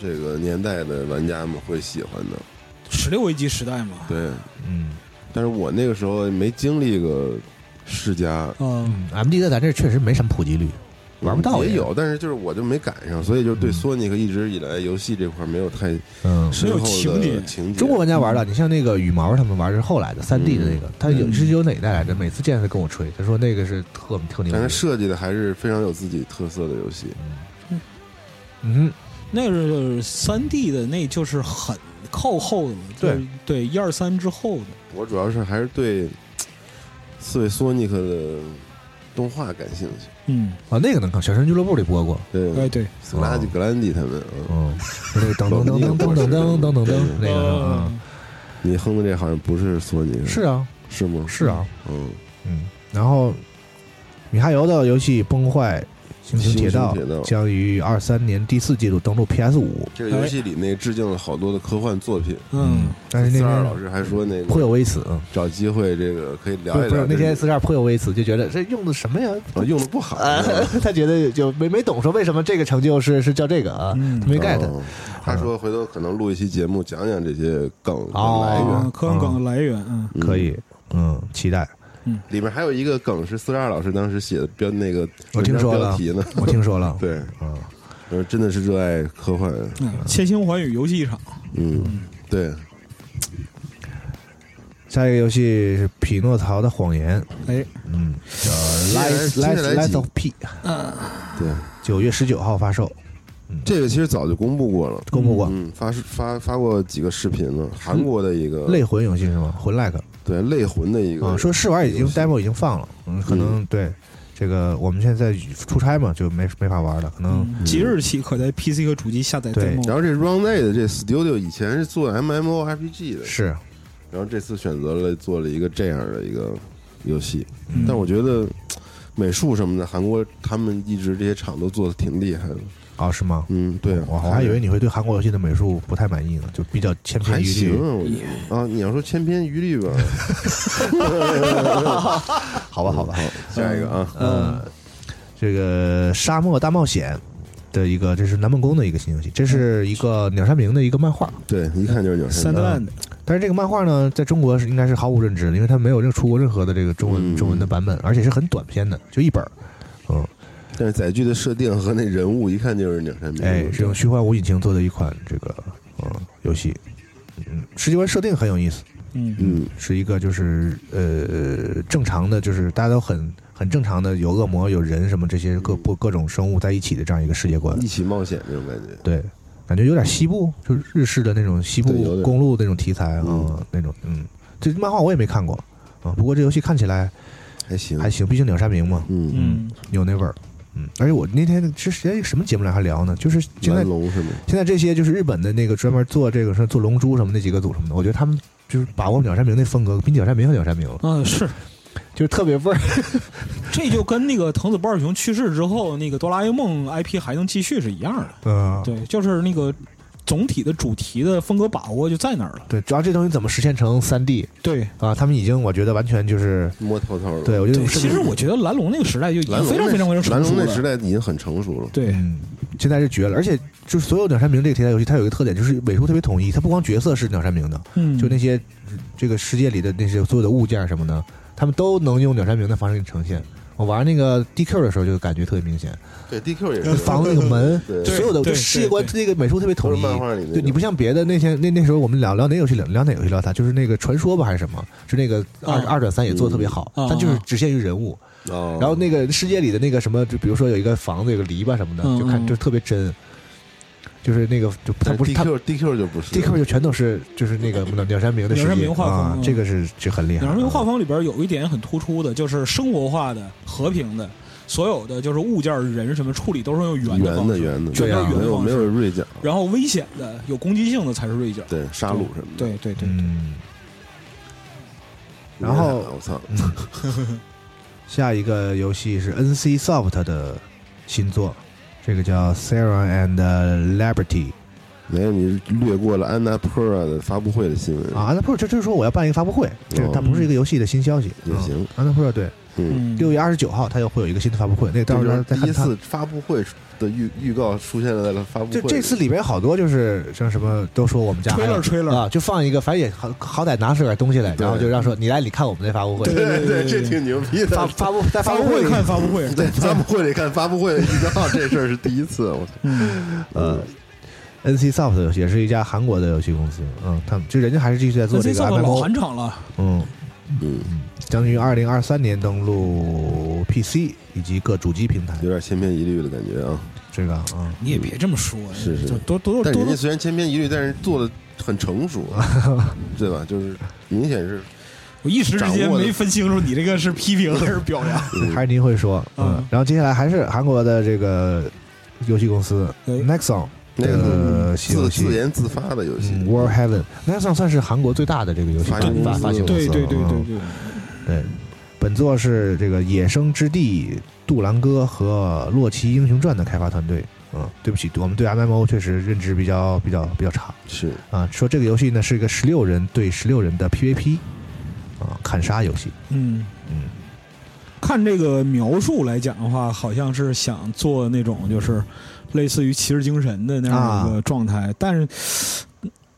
S3: 这个年代的玩家们会喜欢的，
S4: 十六危机时代嘛，
S3: 对。
S2: 嗯
S3: 但是我那个时候没经历过世家，
S4: 嗯，
S2: 嗯，M D 在咱这儿确实没什么普及率，玩不到
S3: 也
S2: 也
S3: 有，但是就是我就没赶上，所以就对索尼克一直以来游戏这块没有太
S2: 嗯，
S3: 深厚的
S4: 没有情节
S3: 情节。
S2: 中国玩家
S3: 嗯
S2: 玩的，你像那个羽毛他们玩的是后来的三 D 的那个，他有
S4: 嗯
S2: 是有哪一代来着？每次见他跟我吹，他说那个是特特牛
S3: 但
S2: 逼
S3: 是。设计的还是非常有自己特色的游戏。
S2: 嗯
S4: 那是三 D 的，那就是很靠后的了，就是对，一二三之后的，
S3: 我主要是还是对刺猬索尼克的动画感兴趣。
S4: 嗯，
S2: 哼，啊，那个能看，小神俱乐部里播过。
S4: 哎
S3: 对，
S4: 对，
S3: 斯拉吉格兰迪他们，嗯
S2: 嗯，就那个噔噔噔噔噔噔噔噔噔噔那个啊，
S4: 嗯
S3: 你哼的这好像不是索尼克，
S2: 是啊
S3: 是吗？
S2: 是啊，
S3: 嗯，
S2: 嗯。然后米哈游的游戏《崩坏：星穹铁道
S3: 星穹铁道》
S2: 将于二三年第四季度登陆 PS 五，
S3: 这个游戏里那致敬了好多的科幻作品。
S4: 嗯，
S2: 但是
S3: 四
S2: 那
S3: 二老
S2: 边
S3: 师还说那
S2: 颇
S3: 个
S2: 有微词，嗯
S3: 找机会这个可以聊
S2: 不
S3: 一
S2: 是不
S3: 聊
S2: 是那
S3: 这个。
S2: 天四十二颇有微词，就觉得这用的什么呀？
S3: 啊用的不好，
S2: 啊， 他觉得就没没懂说为什么这个成就是是叫这个啊，
S4: 嗯
S2: 他没 get。
S3: 哦他说回头可能录一期节目，讲讲这些梗的来源。
S2: 哦
S4: 嗯科幻梗的来源，嗯，
S3: 嗯
S2: 可以，嗯，期待。
S3: 里面还有一个梗是四十二老师当时写的标那个
S2: 我听说了
S3: 文章标题呢。
S2: 我听说了，
S3: 对，
S2: 嗯，
S3: 呃，真的是热爱科幻，
S4: 嗯，千星寰宇游戏场，
S3: 嗯，对，
S2: 下一个游戏是《匹诺曹的谎言》，
S4: 哎，
S2: 嗯，叫
S3: 呃接下来
S2: Lies
S3: 接下来
S2: Lies
S3: 几
S2: of P，
S3: 对，
S2: 九月十九号发售，
S3: 嗯这个其实早就公布过了，
S2: 公布过。
S3: 嗯，发发发过几个视频了，韩国的一个
S2: 类魂游戏是吗？魂 like
S3: 对类魂的一
S2: 嗯
S3: 个，
S2: 啊，说试玩已经
S3: 游戏
S2: demo 已经放了，嗯，可能对这个我们现在出差嘛，就没没法玩了，可能
S3: 嗯
S4: 即日起可在 PC 和主机下载
S2: 嗯对
S4: demo。
S3: 然后这 Round A 的这 Studio 以前是做 MMORPG 的，
S2: 是
S3: 然后这次选择了做了一个这样的一个游戏，
S4: 嗯
S3: 但我觉得嘖美术什么的，韩国他们一直这些厂都做的挺厉害的。
S2: 啊，是吗？
S3: 嗯，对，
S2: 我我还以为你会对韩国游戏的美术不太满意呢，就比较千篇
S3: 还
S2: 一
S3: 行
S2: 律。
S3: 啊，我觉得啊，你要说千篇一律 吧，
S2: 好吧，好吧，
S3: 下一个啊，
S4: 嗯
S2: 呃，这个沙漠大冒险的一个，这是南梦宫的一个新游戏，这是一个鸟山明的一个漫画，
S3: 对，一看就是鸟山
S4: 三
S3: 明。
S4: 段的，
S2: 但是这个漫画呢，在中国是应该是毫无认知的，因为它没有任出过任何的这个中文、
S3: 嗯
S2: 中文的版本，而且是很短篇的，就一本儿。嗯，
S3: 但是载具的设定和那人物一看就是鸟山明。
S2: 哎，是用虚幻无引擎做的一款这个嗯游戏，嗯，世界观设定很有意思，
S4: 嗯
S3: 嗯，
S2: 是一个就是呃正常的，就是大家都很很正常的，有恶魔、有人什么这些各不各种生物在一起的这样一个世界观
S3: 一。起冒险这种感觉。
S2: 对，感觉有点西部，就是日式的那种西
S3: 对有
S2: 部
S3: 点
S2: 公路那种题材啊、
S3: 嗯
S2: 那种嗯，这漫画我也没看过啊、不过这游戏看起来
S3: 还行，
S2: 还行，毕竟鸟山明嘛，
S3: 嗯，
S4: 嗯，
S2: 有那味儿。嗯，而且我那天是谁什么节目来还聊呢？就是现在
S3: 蓝龙是吗？
S2: 现在这些就是日本的那个专门做这个说做龙珠什么那几个组什么的，我觉得他们就是把握鸟山明那风格，比鸟山明和鸟山明了，
S4: 啊是，
S2: 就是特别味儿。
S4: 这就跟那个藤子不二雄去世之后，那个哆啦 A 梦 IP 还能继续是一样的。
S2: 嗯，
S4: 对，就是那个总体的主题的风格把握就在那儿了。
S2: 对，主要这东西怎么实现成三 D
S4: 对，
S2: 啊？他们已经我觉得完全就是
S3: 摸透透了。
S2: 对我觉得
S4: 对，
S2: 是
S4: 其实我觉得蓝龙那个时代就已
S3: 蓝龙
S4: 经非常
S3: 那
S4: 非常非常
S3: 蓝
S4: 成熟
S3: 龙
S4: 了。
S3: 那时代已经很成熟了。
S4: 对，
S2: 嗯，现在是绝了，而且就是所有鸟山明这个题材游戏，它有一个特点，就是美术特别统一。它不光角色是鸟山明的，
S4: 嗯，
S2: 就那些这个世界里的那些所有的物件什么的，他们都能用鸟山明的方式给你呈现。我玩那个 DQ 的时候，就感觉特别明 显，
S3: 对，DQ 也
S2: 就是房子那个门，
S3: 对
S2: 所有的就
S4: 对对
S2: 世界观
S4: 对
S2: 那个美术特别
S3: 都
S2: 统
S3: 是
S2: 一。
S3: 漫画里
S2: 对
S3: 的。
S2: 你不像别的那些那那时候我们聊聊哪游戏聊聊哪游戏聊它，就是那个传说吧还是什么，就那个二
S4: 啊
S2: 二转三也做的特别好，
S4: 嗯
S2: 它就是只限于人物，
S3: 哦，
S2: 然后那个世界里的那个什么，就比如说有一个房子有个篱笆什么的，
S4: 嗯
S2: 就看
S4: 嗯
S2: 就特别真，就是那个就它
S3: 但
S2: 不是它
S3: DQ DQ 就不是
S2: DQ 就全都是就是那个鸟山明的世界
S4: 鸟山明画风
S2: 啊
S4: 嗯，
S2: 这个是就很厉害。
S4: 鸟山明画风里边有一点很突出的，就是生活化的、和平的，所有的就是物件、人什么处理都是用圆的
S3: 圆
S4: 方
S3: 的
S4: 式，
S3: 圆的，
S4: 全
S2: 对
S4: 都是
S2: 啊
S4: 圆
S3: 没
S4: 的
S3: 有
S4: 方
S3: 没有
S4: 式。
S3: 锐角，
S4: 然后危险的、有攻击性的才是锐角。
S3: 对杀戮什么的。
S4: 对对对，
S2: 嗯，
S3: 你
S2: 然后
S3: 看我操，
S2: 下一个游戏是 NC Soft 的新作，这个叫《Sarah and Liberty》
S3: 没有你略过了安娜 Pura 的发布会的新闻，
S2: 啊，那不是这就是说我要办一个发布会，这
S3: 哦
S2: 它不是一个游戏的新消息，
S3: 也行
S2: 啊，那不是对，
S3: 嗯，
S4: 嗯，
S2: 六月二十九号它又会有一个新的发布会，那个
S3: 这
S2: 到时
S3: 就是
S2: 候再
S3: 第
S2: 看
S3: 一
S2: 它
S3: 次发布会的预预告出现在了发布会
S2: 就
S3: 里，
S2: 这次里边好多就是像什么都说我们家
S4: 吹了
S2: 还有
S4: 吹了
S2: 啊，就放一个，反正也好好歹拿出点东西来，
S3: 对
S2: 然后就让说你来你看我们这发布会，
S3: 对对
S4: 对
S3: 对，
S4: 对
S3: 这
S4: 对
S3: 挺牛逼
S2: 发
S3: 的。
S2: 发布在
S4: 发
S2: 布
S4: 布
S2: 会
S4: 会
S2: 里
S4: 看发布会，
S3: 对，发布会里看发布会的预 告，这事儿是第一次，我操，
S2: 呃。NC Soft 也是一家韩国的游戏公司，嗯，他们就人家还是继续在做这
S4: NC
S2: 个
S4: Soft 老
S2: MMO，
S4: 韩厂了，
S2: 嗯，
S3: 嗯，
S2: 将于二零二三年登陆 PC 以及各主机平台，
S3: 有点千篇一律的感觉啊。
S2: 这个啊，
S4: 你也别这么说，
S3: 是是
S4: 就多多多
S3: 但人家
S4: 多
S3: 虽然千篇一律，但是做的很成熟，啊 对吧？就是明显是
S4: 我一时之间
S3: 掌握的
S4: 没分清楚你这个是批评还是表扬。
S2: 还是您会说，嗯
S4: 嗯，
S2: 然后接下来还是韩国的这个游戏公司
S4: 哎
S2: Nexon
S3: 那个嗯
S2: 呃新游
S3: 自
S2: 戏
S3: 自研自发的游戏，
S2: 嗯，War Heaven，那算算是韩国最大的这个游戏
S3: 发行公
S2: 发
S3: 司
S2: 发行公司
S4: 对
S2: 了。
S4: 对对对
S2: 嗯
S4: 对，
S2: 对本作是这个《野生之地》、杜兰哥和《洛奇英雄传》的开发团队。嗯，对不起，我们对 MMO 确实认知比较比较比较差
S3: 是
S2: 啊。说这个游戏呢是一个十六人对十六人的 PVP 啊砍杀游戏。
S4: 嗯
S2: 嗯，
S4: 看这个描述来讲的话，好像是想做
S2: 啊
S4: 那种就是类似于骑士精神的那样一个状态，但是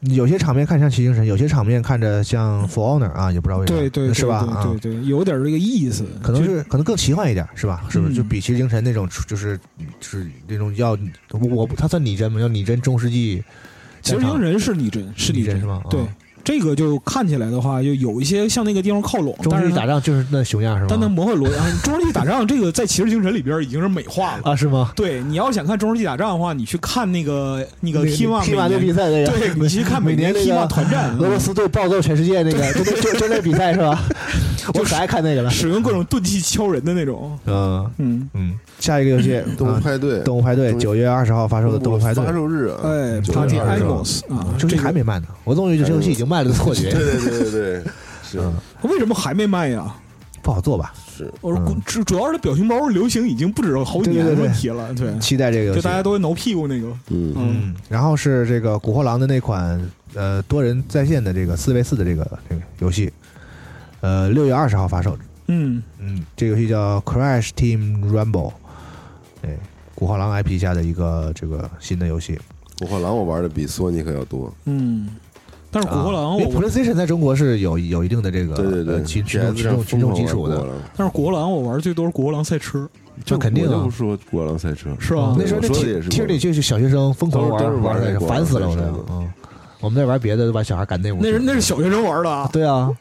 S2: 有些场面看像骑行神，有些场面看着像 For Honor 啊，也不知道为啥，
S4: 对对，对
S2: 是吧？
S4: 对
S2: 啊
S4: 对对，有点这个意思，
S2: 可能
S4: 就是
S2: 可能更奇幻一点，是吧？是不是
S4: 嗯
S2: 就比《骑士精神》那种，就是就是那种要我他算拟真吗？要拟真中世纪
S4: 其实
S2: 战场，
S4: 英人是拟真，是拟
S2: 拟真
S4: 真
S2: 是吗？啊
S4: 对，这个就看起来的话，就有一些向那个地方靠拢，
S2: 中
S4: 但
S2: 世
S4: 是
S2: 纪打
S4: 它
S2: 仗就是那熊样是吗？
S4: 但它魔幻逻辑，啊中世纪打仗这个在骑士精神里边已经是美化了。
S2: 啊是吗？
S4: 对，你要想看中世纪打仗的话，你去看那个那个 T
S2: 踢马队比赛那个，
S4: 对你去看
S2: 每
S4: 每年
S2: 那
S4: T
S2: 个
S4: 马团战
S2: 俄罗斯队暴揍全世界那个，就那就就那比赛是吧？我可爱看那个了。
S4: 嗯使用各种钝器敲人的那种。
S2: 嗯
S4: 嗯，
S2: 嗯，下一个游戏《
S3: 动物
S2: 啊
S3: 派对，
S2: 动物派对》
S3: 动物
S2: 九月二十号发售的《动物派对
S3: 发》，售日啊，
S4: 哎
S3: 九月
S4: Party
S3: 二十号
S4: Animals 啊，
S2: 这游戏
S4: 这个
S2: 还没卖呢，我总觉得这游戏已经卖了的错觉
S3: 对，对对对对，是
S2: 嗯
S4: 为什么还没卖呀？
S2: 不好做吧？
S3: 是，
S4: 我说
S2: 嗯
S4: 主主要是表情包流行已经不止好几
S2: 对
S4: 年
S2: 对
S4: 的
S2: 对
S4: 问题了，对，
S2: 期待这个游
S4: 就
S2: 戏。
S4: 大家都会挠屁股那个。
S3: 嗯，
S4: 嗯，
S2: 嗯，然后是这个《古惑狼》的那款呃多人在线的这个四 v 四的这个这个游戏，呃，六月二十号发售。
S4: 嗯，
S2: 嗯，这个游戏叫 Crash Team Rumble，哎，古惑狼 IP 下的一个这个新的游戏。
S3: 我画狼我玩的比索尼克要多，
S4: 嗯，但是《古惑狼》
S2: 啊因为
S4: 我
S2: PlayStation 在中国是有有一定的这个
S3: 对对
S2: 呃
S3: 对，
S2: 群群
S3: PS
S2: 众群众群众基础
S3: 上疯狂玩
S2: 的，
S3: 过了，
S4: 但是《古惑狼》我玩最多是《古惑狼赛车》，
S2: 这肯定
S3: 我就
S2: 啊
S3: 不。说国狼赛车，
S4: 是吧？
S2: 嗯那时候
S3: 我
S2: 那
S3: 说的
S2: 听
S3: 也是
S2: 听
S3: 过
S2: 里就是小学生疯狂
S3: 都是都是
S2: 玩
S3: 玩
S2: 那
S3: 那
S2: 个，
S3: 个
S2: 烦死了
S3: 玩
S2: 我
S3: 那
S2: 都
S3: 个。
S2: 嗯，我们那玩别的都把小孩赶那屋去。
S4: 那是那是小学生玩的啊！
S2: 对啊，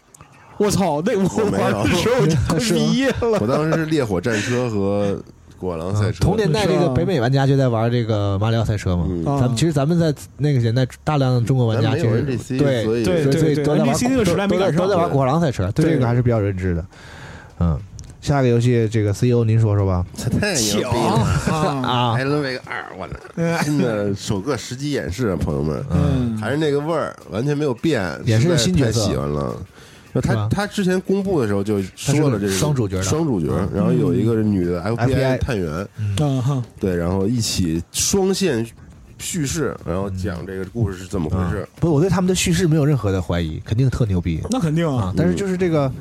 S4: 我操，那我
S3: 我没有
S4: 玩的时候我就快毕业了。
S3: 我当时是烈火战车和国狼赛车，
S2: 同年代这
S4: 是
S2: 个
S4: 啊
S2: 北美玩家就在玩这个马里奥赛车嘛。
S3: 嗯
S4: 啊
S2: 咱们其实咱们在那个年代，大量的中国玩
S3: 咱
S2: 家
S3: 没
S2: 其
S3: 有
S2: 实
S3: NGC，
S2: 对
S3: 所以
S4: 对
S2: 所以所以都在玩
S4: NGC 那个时代没
S2: 都在
S4: 赶上
S2: 都在玩古惑狼赛车，对
S4: 对
S2: 这个还是比较有认知的。嗯，下个游戏这个 CEO 您说说吧。
S3: 太牛逼了！
S4: 啊，
S2: 啊
S3: 艾伦维克二，我的 新的首个实际 演示，啊朋友们，
S4: 嗯
S3: 还是那个味儿，完全没有变，
S2: 也是
S3: 实在
S2: 新角
S3: 太
S2: 色
S3: 喜欢了。
S2: 是
S3: 他
S2: 吧
S3: 他之前公布的时候就说
S2: 他
S3: 了，
S2: 是
S3: 这是
S2: 双主角的嗯
S3: 双主角，然后有一个女的
S2: FBI
S3: FBI 探员，
S4: 啊哈，
S3: 对，然后一起双线叙事，然后讲这个故事是怎么回事。
S2: 嗯不，我对他们的叙事没有任何的怀疑，肯定特牛逼
S4: 那肯定
S2: 啊
S4: 啊！。
S2: 但是
S3: 嗯
S2: 就是这个，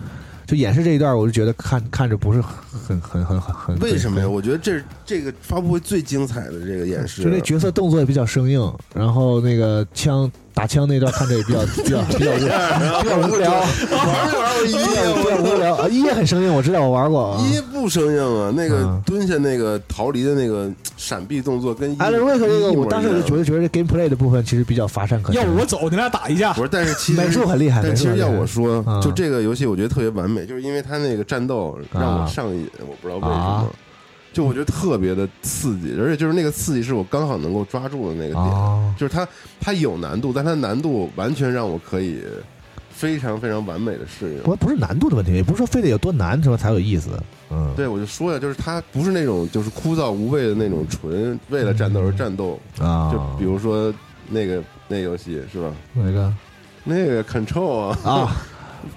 S2: 就演示这一段，我就觉得看看着不是很很很很很。
S3: 为什么呀？
S2: 很？
S3: 我觉得这是这个发布会最精彩的这个演示，
S2: 就 那角色动作也比较生硬，然后那个枪打枪那段看着也比 较比较比较无比较无聊，
S3: 玩没玩过 一夜？
S2: 比较无聊。 啊一也很生硬，我知道我玩过。啊
S3: 一不生硬啊，那个
S2: 嗯
S3: 蹲下那个逃离的那个闪避动作跟一
S2: Alan Wake 这个，
S3: 一模一样
S2: 我当时我就觉得觉得 gameplay 的部分其实比较乏善可
S4: 要
S2: 陈。
S4: 不我走，你俩打一架
S3: 不。是，但是其实
S2: 美术很厉害
S3: 但其
S2: 美
S3: 实
S2: 术
S3: 要
S2: 很厉害
S3: 我说
S2: 嗯，
S3: 就这个游戏我觉得特别完美，就是因为它那个战斗让我上瘾，我不知道为什
S2: 啊
S3: 么。就我觉得特别的刺激，而且就是那个刺激是我刚好能够抓住的那个点，
S2: 哦，
S3: 就是它它有难度，但它难度完全让我可以非常非常完美的适应。
S2: 我不是难度的问题，也不是说非得有多难什么才有意思。嗯，
S3: 对，我就说呀，就是它不是那种就是枯燥无味的那种纯为了战斗而战斗，
S2: 啊，
S3: 就比如说那个那游戏是吧？
S2: 哪个
S3: 那个 Control 啊，
S2: 啊？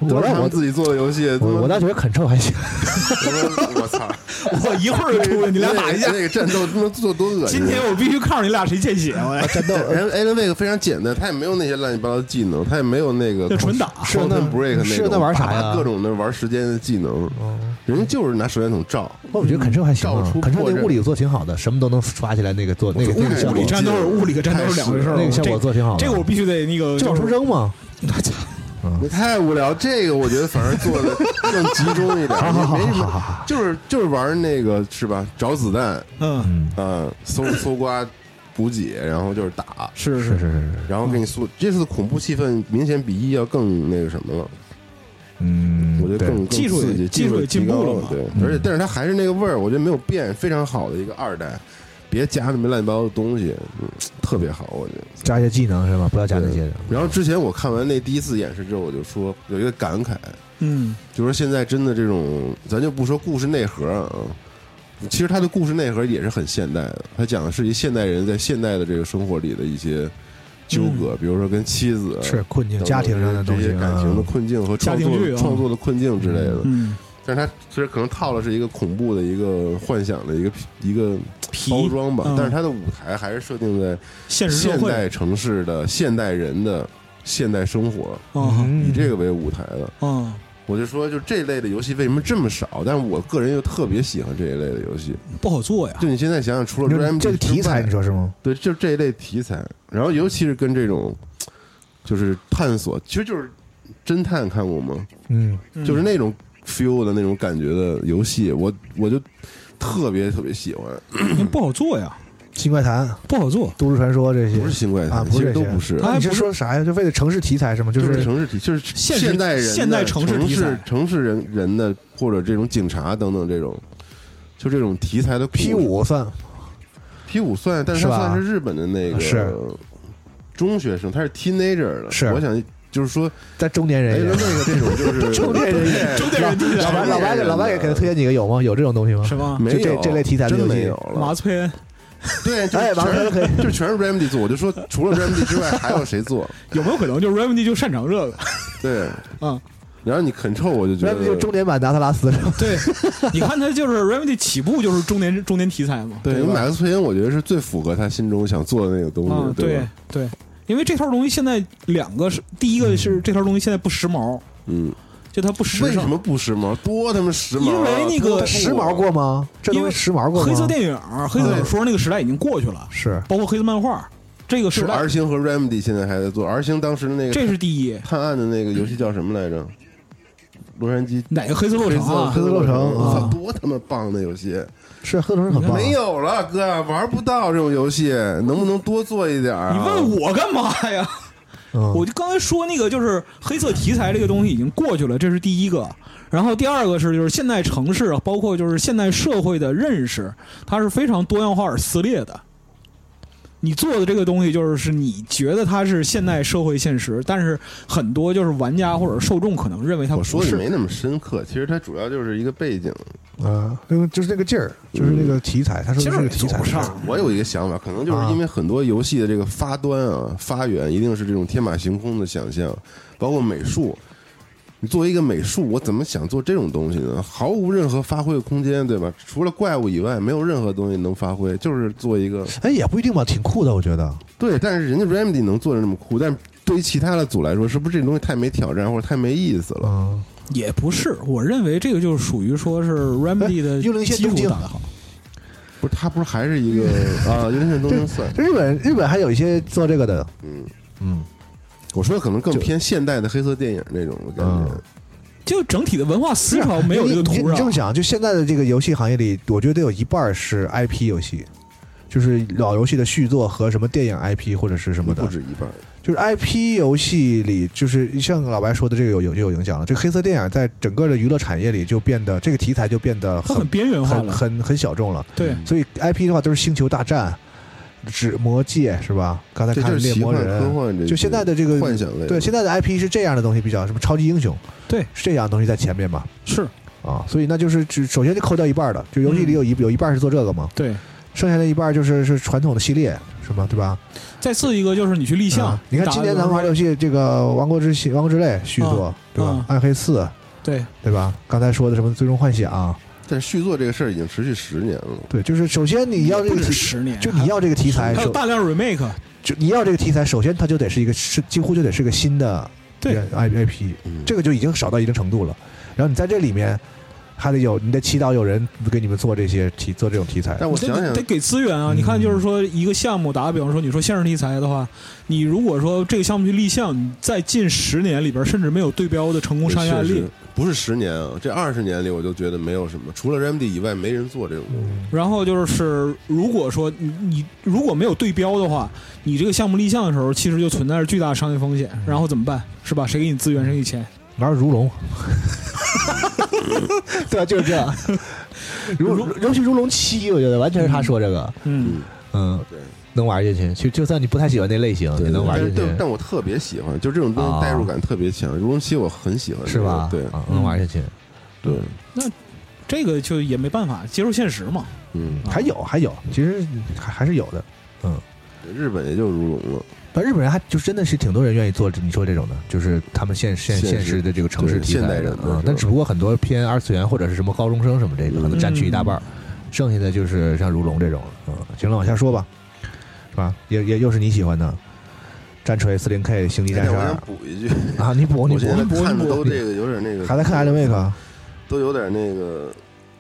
S3: 都
S2: 我
S3: 是
S2: 倒
S3: 他们
S2: 我
S3: 自己做的游戏，
S2: 我我倒觉得 Control 还行。
S3: 我我操！
S4: 我一会儿就出去， 你俩打一架。
S3: 那个战斗他妈做多恶心！啊哎
S4: 今天我必须看着你俩谁见血，啊我
S2: 战斗
S3: 人 Alan Wake 非常简单，他也没有那些乱七八糟技能，他也没有那个
S4: 就纯打。
S2: 是那
S3: Cotton break
S2: 是
S3: 种
S2: 那玩啥呀
S3: 叭叭各种的玩时间的技能，
S2: 哦
S3: 人家就是拿手电筒照，
S2: 我觉得 Control 还行
S3: 照
S2: 啊
S3: 嗯出
S2: ，Control
S3: 破
S2: 那
S3: 绽
S2: 物理做挺好的，什么都能发起来，那个做那个那个
S3: 物理
S2: 效
S4: 物
S2: 果
S4: 理，战斗是物理跟战斗是两回事儿，
S2: 那个效果做挺好的。
S4: 这个我必须得那个
S2: 就往出扔嘛。嗯
S3: 那太无聊。这个我觉得反而做的更集中一点，
S2: 好好好
S3: 没什
S2: 好好
S3: 么
S2: 好，
S3: 就是就是玩那个是吧？找子弹
S4: 嗯，
S2: 嗯，
S3: 啊，搜搜刮补给，然后就是打，
S4: 是
S2: 是
S4: 是，
S2: 是是是，
S3: 然后给你塑。这次的恐怖气氛明显比一要更那个什么了。
S2: 嗯，
S3: 我觉得
S2: 对
S3: 更更
S4: 技术
S3: 刺激
S4: 技术也
S3: 提
S4: 进步
S3: 高
S4: 了
S3: 了
S4: 嘛嗯
S3: 对，而且但是它还是那个味儿，我觉得没有变，非常好的一个二代，别加那么乱七八糟的东西，嗯，特别好，我觉得。
S2: 加一些技能是吧？不要加那些的。
S3: 然后之前我看完那第一次演示之后，我就说有一个感慨，
S4: 嗯
S3: 就说现在真的这种，咱就不说故事内核啊，其实它的故事内核也是很现代的，它讲的是一现代人在现代的这个生活里的一些纠葛，
S4: 嗯
S3: 比如说跟妻子啊
S2: 是困境、
S3: 呃等等
S2: 家庭上的
S3: 这
S2: 东
S3: 些
S2: 西，
S3: 感情的
S2: 嗯
S3: 困境和
S4: 啊家
S3: 创
S4: 庭剧
S3: 作
S4: 啊
S3: 创作的困境之类的。
S4: 嗯，
S3: 但是它其实可能套的是一个恐怖的一个幻想的一个一个
S4: 皮
S3: 包装吧
S4: 嗯，
S3: 但是它的舞台还是设定在
S4: 现实社
S3: 现
S4: 会啊
S3: 代城市的现代人的现代生活，
S4: 啊
S2: 嗯
S3: 以这个为舞台的。
S4: 啊，
S3: 我就说，就这类的游戏为什么这么少？但是我个人又特别喜欢这一类的游戏。
S4: 不好做呀。
S3: 就你现在想想，除了
S2: 你说
S3: Ram
S2: 这个题材，你说是吗？
S3: 对，就这一类题材，然后尤其是跟这种就是探索，其实就是侦探看过吗？
S2: 嗯
S3: 就是那种 feel 的那种感觉的游戏，我我就特别特别喜欢，
S4: 因为不好做呀，
S2: 新怪谈、
S4: 不好做。
S2: 都市传说这些
S3: 不是新怪
S2: 啊
S3: 谈，
S2: 不
S3: 其
S2: 是这
S3: 实都
S2: 些
S3: 不是。
S2: 啊，
S4: 哎
S2: 你是
S4: 不是
S2: 说啥呀？就为了城市题材是吗？就
S3: 就是
S2: 是
S3: 城市题，就是
S4: 现实
S3: 现代人的、
S4: 现代城市题材
S3: 城市城市人人的，或者这种警察等等这种，就这种题材的
S2: P 五算
S3: P 五算，但是
S2: 是吧
S3: 它算是日本的那个
S2: 是
S3: 中学生，他是 teenager 了。
S2: 是
S3: 我想就是说，
S2: 在中年
S3: 哎，
S2: 人
S3: 那
S2: 也有。
S3: 个这种就是
S2: 中年人，
S3: 对
S4: 中年人题材
S2: 老白，老白给，老白给给他推荐几个有吗？有这种东西吗？
S4: 什么
S3: 没有
S2: 就这这类题材的
S3: 真
S2: 游戏
S3: 没有
S4: 麻
S3: 了。
S4: 醉片？
S3: 对，就
S2: 哎，
S3: 是
S2: 完
S3: 全
S2: 全可以。
S3: 就全是 Remedy 做，我就说除了 Remedy 之外还有谁做？
S4: 有没有可能就是 Remedy 就擅长这个？
S3: 对，
S4: 嗯，
S3: 然后你 Control 我就觉
S2: 那不就
S3: 得
S2: 中年版达特拉斯是吧？
S4: 对，你看他就是 Remedy 起步就是中年中年题材嘛，
S3: 对，因为
S4: 吧
S3: 马克思崔因我觉得是最符合他心中想做的那个东
S4: 嗯
S3: 西，，
S4: 对
S3: 吧？
S4: 对，因为这套东西现在两个是，第一个是这套东西现在不时髦，
S3: 嗯，
S4: 就它不时
S3: 为什
S4: 尚。
S3: 么不时髦？多他妈时髦啊！
S4: 因为那个
S3: 多他妈
S2: 时髦过吗？这
S4: 因
S2: 东
S4: 为
S2: 西时髦过吗？
S4: 黑色电影、黑色小说那个时代已经过去了，
S2: 是
S4: 包括黑色漫画这个
S3: 是
S4: 时代，
S3: R 星和 Remedy 现在还在做，R 星当时的那个
S4: 这是第一。
S3: 探案的那个游戏叫什么来着？洛杉矶
S4: 哪个黑色洛城啊
S2: 黑？色洛城
S3: 我操，
S2: 啊
S3: 多他妈棒的游戏！
S2: 是，黑色人很棒。啊
S3: 没有了，哥，玩不到这种游戏，能不能多做一点儿啊？
S4: 你问我干嘛呀？
S2: 嗯，
S4: 我就刚才说那个，就是黑色题材这个东西已经过去了，这是第一个。然后第二个是，就是现代城市，包括就是现代社会的认识，它是非常多样化而撕裂的。你做的这个东西，就是是你觉得它是现代社会现实，但是很多就是玩家或者受众可能认为它
S3: 我
S4: 不
S3: 说的
S4: 是。
S3: 没那么深刻，其实它主要就是一个背景。
S2: 啊，那个就是那个劲儿，就是那个题材，他说
S4: 其
S2: 的
S4: 实
S2: 是
S4: 也
S2: 个题材
S4: 做不上，
S3: 我有一个想法，可能就是因为很多游戏的这个发端啊、发源，一定是这种天马行空的想象，包括美术。你作为一个美术，我怎么想做这种东西呢？毫无任何发挥的空间，对吧？除了怪物以外，没有任何东西能发挥，就是做一个
S2: 哎，也不一定吧，挺酷的，我觉得。
S3: 对。但是人家 Remedy 能做的那么酷，但对于其他的组来说，是不是这东西太没挑战或者太没意思了？
S2: 嗯，
S4: 也不是，我认为这个就是属于说是 Remedy 的
S2: 幽灵线
S4: 基础
S2: 动静
S4: 打得好。
S3: 不是，他不是还是 一个啊，有点像东京算。
S2: 这日本日本还有一些做这个的，
S3: 嗯，
S2: 嗯，
S3: 我说的可能更
S2: 就
S3: 偏现代的黑色电影那种，我感觉。
S2: 嗯
S4: 就整体的文化思潮没有这
S2: 你
S4: 个啊土
S2: 你你这么
S4: 壤。
S2: 想，就现在的这个游戏行业里，我觉得得有一半儿是 IP 游戏，就是老游戏的续作和什么电影 IP 或者是什么的，
S3: 不止一半，
S2: 就是 IP 游戏里，就是像老白说的，这个有有有影响了。这个黑色电影在整个的娱乐产业里就变得这个题材就变得
S4: 它很
S2: 很
S4: 边缘化
S2: 很
S4: 了，
S2: 很很小众了。
S4: 对，
S2: 所以 IP 的话都是星球大战、指魔戒是吧？刚才
S3: 这就
S2: 看
S3: 是
S2: 猎
S3: 奇
S2: 魔
S3: 幻科
S2: 人，
S3: 幻这些
S2: 就现在的这个
S3: 幻想类的，
S2: 对现在的 IP 是这样的东西比较什么超级英雄，
S4: 对
S2: 是这样的东西在前面嘛
S4: 是
S2: 啊，所以那就是只首先就扣掉一半儿的，就游戏里有
S4: 嗯
S2: 一、有一半儿是做这个嘛，
S4: 对。
S2: 剩下的一半儿就是是传统的系列什么对吧？
S4: 再次一个就是你去立项，
S2: 啊你看
S4: 打
S2: 今年
S4: 比
S2: 咱
S4: 方
S2: 们玩
S4: 说
S2: 游戏，这个《王国之心》《王国之泪》续作，对吧？
S4: 嗯
S2: 暗黑四》，
S4: 对
S2: 对吧？刚才说的什么《最终幻想》，
S3: 但是续作这个事儿已经持续十年了，
S2: 对，就是首先你要这
S4: 不
S2: 个
S4: 止
S2: 题，
S4: 十年，啊
S2: 就你要这个题材，
S4: 还有
S2: 首
S4: 大量 remake，
S2: 就你要这个题材，首先它就得是一个是几乎就得是个新的
S4: 对
S2: I I P，
S3: 嗯
S2: 这个就已经少到一定程度了。然后你在这里面还得有，你得祈祷有人给你们做这些题做这种题材。
S3: 但我
S4: 你
S3: 想
S4: 得
S3: 想
S4: 得，给资源啊！
S2: 嗯
S4: 你看，就是说一个项目，打个比方说，你说现实题材的话，你如果说这个项目去立项，你在近十年里边甚至没有对标的成功商业
S3: 确
S4: 案例
S3: 实，不是十年啊，这二十年里我就觉得没有什么，除了 Remedy 以外，没人做这种东西。
S2: 嗯
S4: 然后就是，如果说你你如果没有对标的话，你这个项目立项的时候，其实就存在着巨大的商业风险。
S2: 嗯
S4: 然后怎么办？是吧？谁给你资源？谁给你钱？
S2: 玩如龙， 对啊，就是这样。 如如尤其如龙七，我觉得完全是他说这个，
S4: 嗯，
S2: 嗯，
S3: 对，
S2: 能玩进去，就就算你不太喜欢那类型，也能玩
S3: 但
S2: 进
S3: 是但
S2: 去，
S3: 但我特别喜欢，就这种东
S2: 啊
S3: 西代入感特别强，《如龙七》我很喜欢这个，
S2: 是吧？
S3: 对
S2: 啊能玩进去。
S3: 对，
S4: 这个就也没办法，接受现实嘛。
S3: 嗯，
S4: 啊
S2: 还有还有，其实还还是有的。
S3: 日本也就如龙了，
S2: 但日本人还就真的是挺多人愿意做你说这种的，就是他们现现
S3: 现实
S2: 现实的这个城市题材
S3: 对现代
S2: 的
S3: 人的
S2: 啊
S3: 是吧，
S2: 但只不过很多偏二次元或者是什么高中生什么这个，
S3: 嗯
S2: 可能占据一大半儿，剩下的就是像如龙这种了。嗯，行了，往下说吧，是吧？也也又是你喜欢的。战锤、四零 K、星际战
S3: 哎
S2: 士
S3: 我想
S2: 二
S3: 补一句，
S2: 啊，你补你
S3: 我
S2: 补
S3: 现，在
S4: 补
S3: 看的
S4: 补
S3: 都这个有点那个，
S2: 还在看 Alan Wake，啊
S3: 都有点那个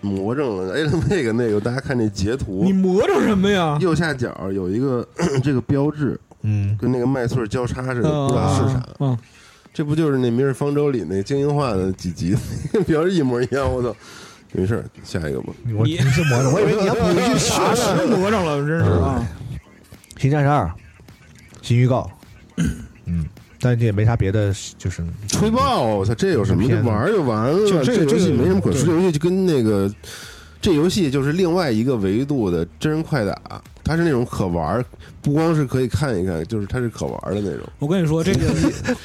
S3: 魔怔了。Alan Wake 那个，大家看那截图，
S4: 你魔怔什么呀？
S3: 右下角有一个 这个标志，
S2: 嗯
S3: 跟那个麦穗儿交叉似的，
S4: 嗯
S3: 不知道是啥。
S4: 嗯，
S3: 这不就是那《明日方舟》里那精英化的几集， 那个表示一模一样。我操，没事儿，下一个吧。
S2: 我
S4: 你
S2: 你是魔怔，我以 为你 要补一句啥
S4: 确
S2: 呢？
S4: 实啊魔怔了，真是
S3: 嗯
S4: 啊。
S2: 《新战士二》新预告，嗯，但这也没啥别的，就是
S3: 吹爆！我操，这有什么？
S2: 片
S3: 这
S2: 子
S3: 玩儿就完了。
S4: 就
S3: 这
S4: 这个
S3: 游戏没什么可说，
S4: 这
S3: 这游戏就跟那个，这游戏就是另外一个维度的真人快打，它是那种可玩儿，不光是可以看一看，就是它是可玩儿的那种。
S4: 我跟你说，这个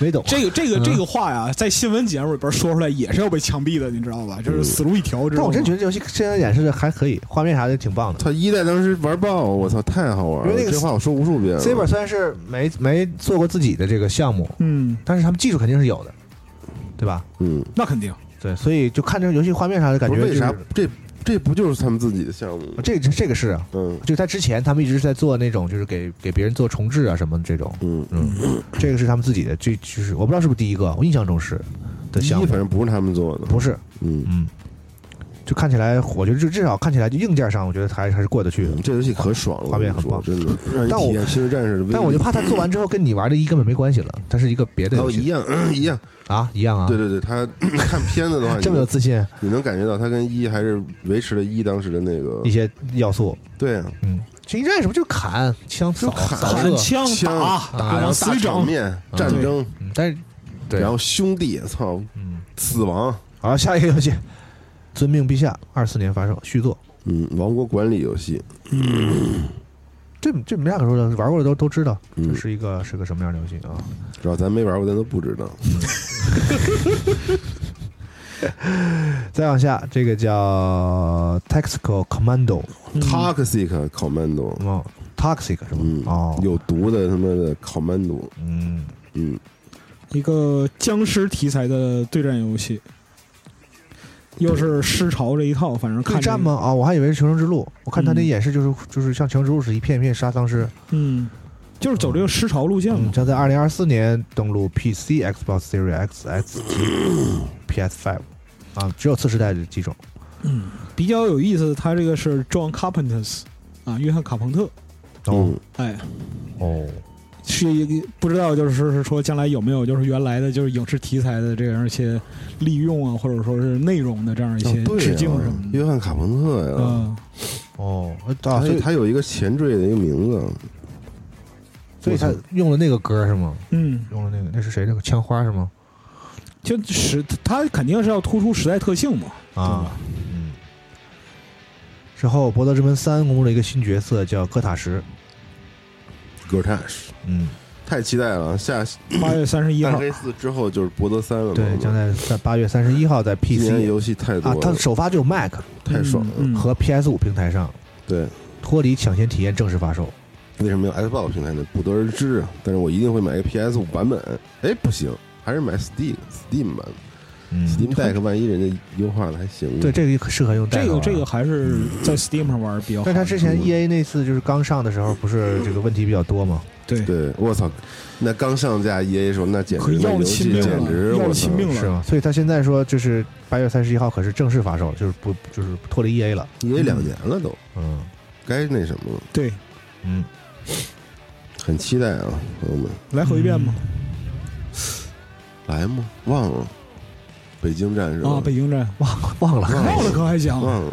S2: 没懂。
S4: 这个这个
S2: 嗯
S4: 这个话呀，在新闻节目里边说出来也是要被枪毙的，你知道吧？
S3: 嗯
S4: 就是死路一条。知
S2: 但
S4: 道吗
S2: 我真觉得这游戏现在演示的还可以，画面啥的挺棒的。
S3: 它一代当时玩爆，我操，太好玩
S2: 因
S3: 了！
S2: 为那个
S3: 这话我说无数遍了。
S2: Saber 虽然是没没做过自己的这个项目，
S4: 嗯，
S2: 但是他们技术肯定是有的，对吧？
S3: 嗯，
S4: 那肯定。
S2: 对，所以就看这个游戏画面啥的感
S3: 不
S2: 觉、
S3: 是
S2: 就是。
S3: 为啥？这这不就是他们自己的项目吗？
S2: 这个这个是啊，
S3: 嗯
S2: 就在之前他们一直是在做那种就是给给别人做重置啊什么这种，
S3: 嗯，
S2: 嗯，这个是他们自己的，这就是我不知道是不是第一个，我印象中是的
S3: 第一
S2: 项目
S3: 反，正不是他们做的。
S2: 不是，
S3: 嗯，
S2: 嗯，就看起来，我觉得就至少看起来就硬件上，我觉得还还是过得去的。
S3: 这游戏可爽了，
S2: 嗯画面很
S3: 我
S2: 棒
S3: 跟你说真的，
S2: 但
S3: 让
S2: 我
S3: 你体验《新战士》的威力。
S2: 但我就怕他做完之后跟你玩的一根本没关系了，它是一个别的
S3: 哦
S2: 游
S3: 一
S2: 戏
S3: 样哦一样，
S2: 啊，一样啊
S3: 对，对对，他 看片子的话，你
S2: 这么有自信，
S3: 你能感觉到他跟一还是维持了一当时的那个
S2: 一些要素，
S3: 对啊
S2: 嗯，近战什么就是砍枪扫
S3: 砍
S2: 扫射，
S4: 枪
S3: 枪
S4: 打
S2: 打
S4: 然
S3: 然
S4: 后
S3: 后
S4: 死
S3: 大场
S4: 整，
S3: 面战争，
S2: 嗯但是对，
S3: 然后兄弟，操，
S2: 嗯，
S3: 死亡，
S2: 好，下一个游戏《遵命陛下》，二四年发售续作，
S3: 嗯，王国管理游戏，
S2: 这这没啥可说的，玩过的都都知道，
S3: 嗯
S2: 这是一个是个什么样的游戏啊？
S3: 只要咱没玩过，咱都不知道。
S2: 嗯再往下，这个叫 Tactical Commando，
S3: Toxic Commando，
S2: 哦，Toxic 是吗？
S3: 嗯，
S2: 哦，
S3: 有毒的他妈的 Commando，
S2: 嗯，
S3: 嗯，
S4: 一个僵尸题材的对战游戏，又是尸潮这一套，反正看
S2: 对
S4: 这个
S2: 战吗？？啊、我还以为是《求生之路》，我看他那
S4: 嗯
S2: 演示就是、就是像《求生之路》是一片片杀丧尸。
S4: 嗯，就是走这个尸潮路线
S2: 嗯，
S4: 嘛。
S2: 将在二零二四年登陆 PC、Xbox Series X、X、PS Five 啊，只有次世代的几种。
S4: 嗯，比较有意思的，他这个是 John Carpenters 啊，约翰卡彭特，
S3: 嗯，
S4: 哎，
S2: 哦，
S4: 是一个不知道就是说是说将来有没有就是原来的就是影视题材的这样一些利用啊，或者说是内容的这样一
S3: 哦
S4: 些
S3: 对啊
S4: 致敬什么的。
S3: 约翰卡彭特呀，
S4: 嗯，
S2: 哦，啊，
S3: 他
S2: 所以
S3: 他有一个前缀的一个名字，
S2: 所以他用了那个歌是吗？
S4: 嗯，
S2: 用了那个那是谁？那个枪花是吗？
S4: 就时他肯定是要突出时代特性嘛。对
S2: 啊
S4: 吧，
S2: 嗯。之后，《博德之门三》公布了一个新角色，叫哥塔什。
S3: g r t a s h
S2: 嗯，
S3: 太期待了，下
S4: 八月三十一
S3: 暗
S4: 号，
S3: 黑四之后就是博德三了嘛，
S2: 对，将在在八月三十一号在
S3: 今年
S2: PC
S3: 游戏太多
S2: 啊，它
S3: 了，
S2: 首发就有 Mac
S3: 太爽了，
S4: 嗯嗯嗯
S2: 和 PS 五平台上，
S3: 对。
S2: 脱离抢先体验正式发售。
S3: 为什么有 Xbox 平台呢？不得而知啊。但是我一定会买个 PS 五版本。哎，不行，还是买 Steam Steam 版本。
S2: 嗯，
S3: Steam Deck 万一人家优化的还行。
S2: 对，，这个适合用代
S4: 这
S2: 号
S4: 个
S2: 啊
S4: 这个。还是在 Steam 上玩比较好。嗯
S2: 但他之前 E A 那次就是刚上的时候，不是这个问题比较多吗？
S4: 对
S3: 对，我操，那刚上架 EA 说那简
S4: 可
S3: 直
S4: 要
S3: 那
S4: 了
S3: 游
S4: 亲
S3: 戏
S4: 命了
S3: 简直
S4: 要了
S3: 我操
S4: 亲命了
S2: 是吗？所以他现在说就是八月三十一号可是正式发售了，就是不就是脱离 E A 了。
S3: ，EA 两年了都
S2: 嗯
S3: 该那什么了，
S4: 对，
S2: 嗯，
S3: 很期待啊，朋友们
S4: 来回一遍嘛。
S3: 来吗？忘了，北京站是吧？
S4: 啊，北京站
S2: 忘了忘了。
S3: 忘
S4: 忘了
S3: 了
S4: 可还行，
S3: 忘了，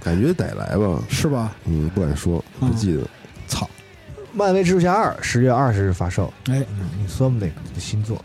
S3: 感觉得来吧，
S4: 是吧？
S3: 嗯，不敢说，
S4: 嗯
S3: 不记得。
S4: 操，
S2: 漫威蜘蛛侠二十月二十日发售。
S4: 哎，
S2: 嗯，你说吧，哪个新作？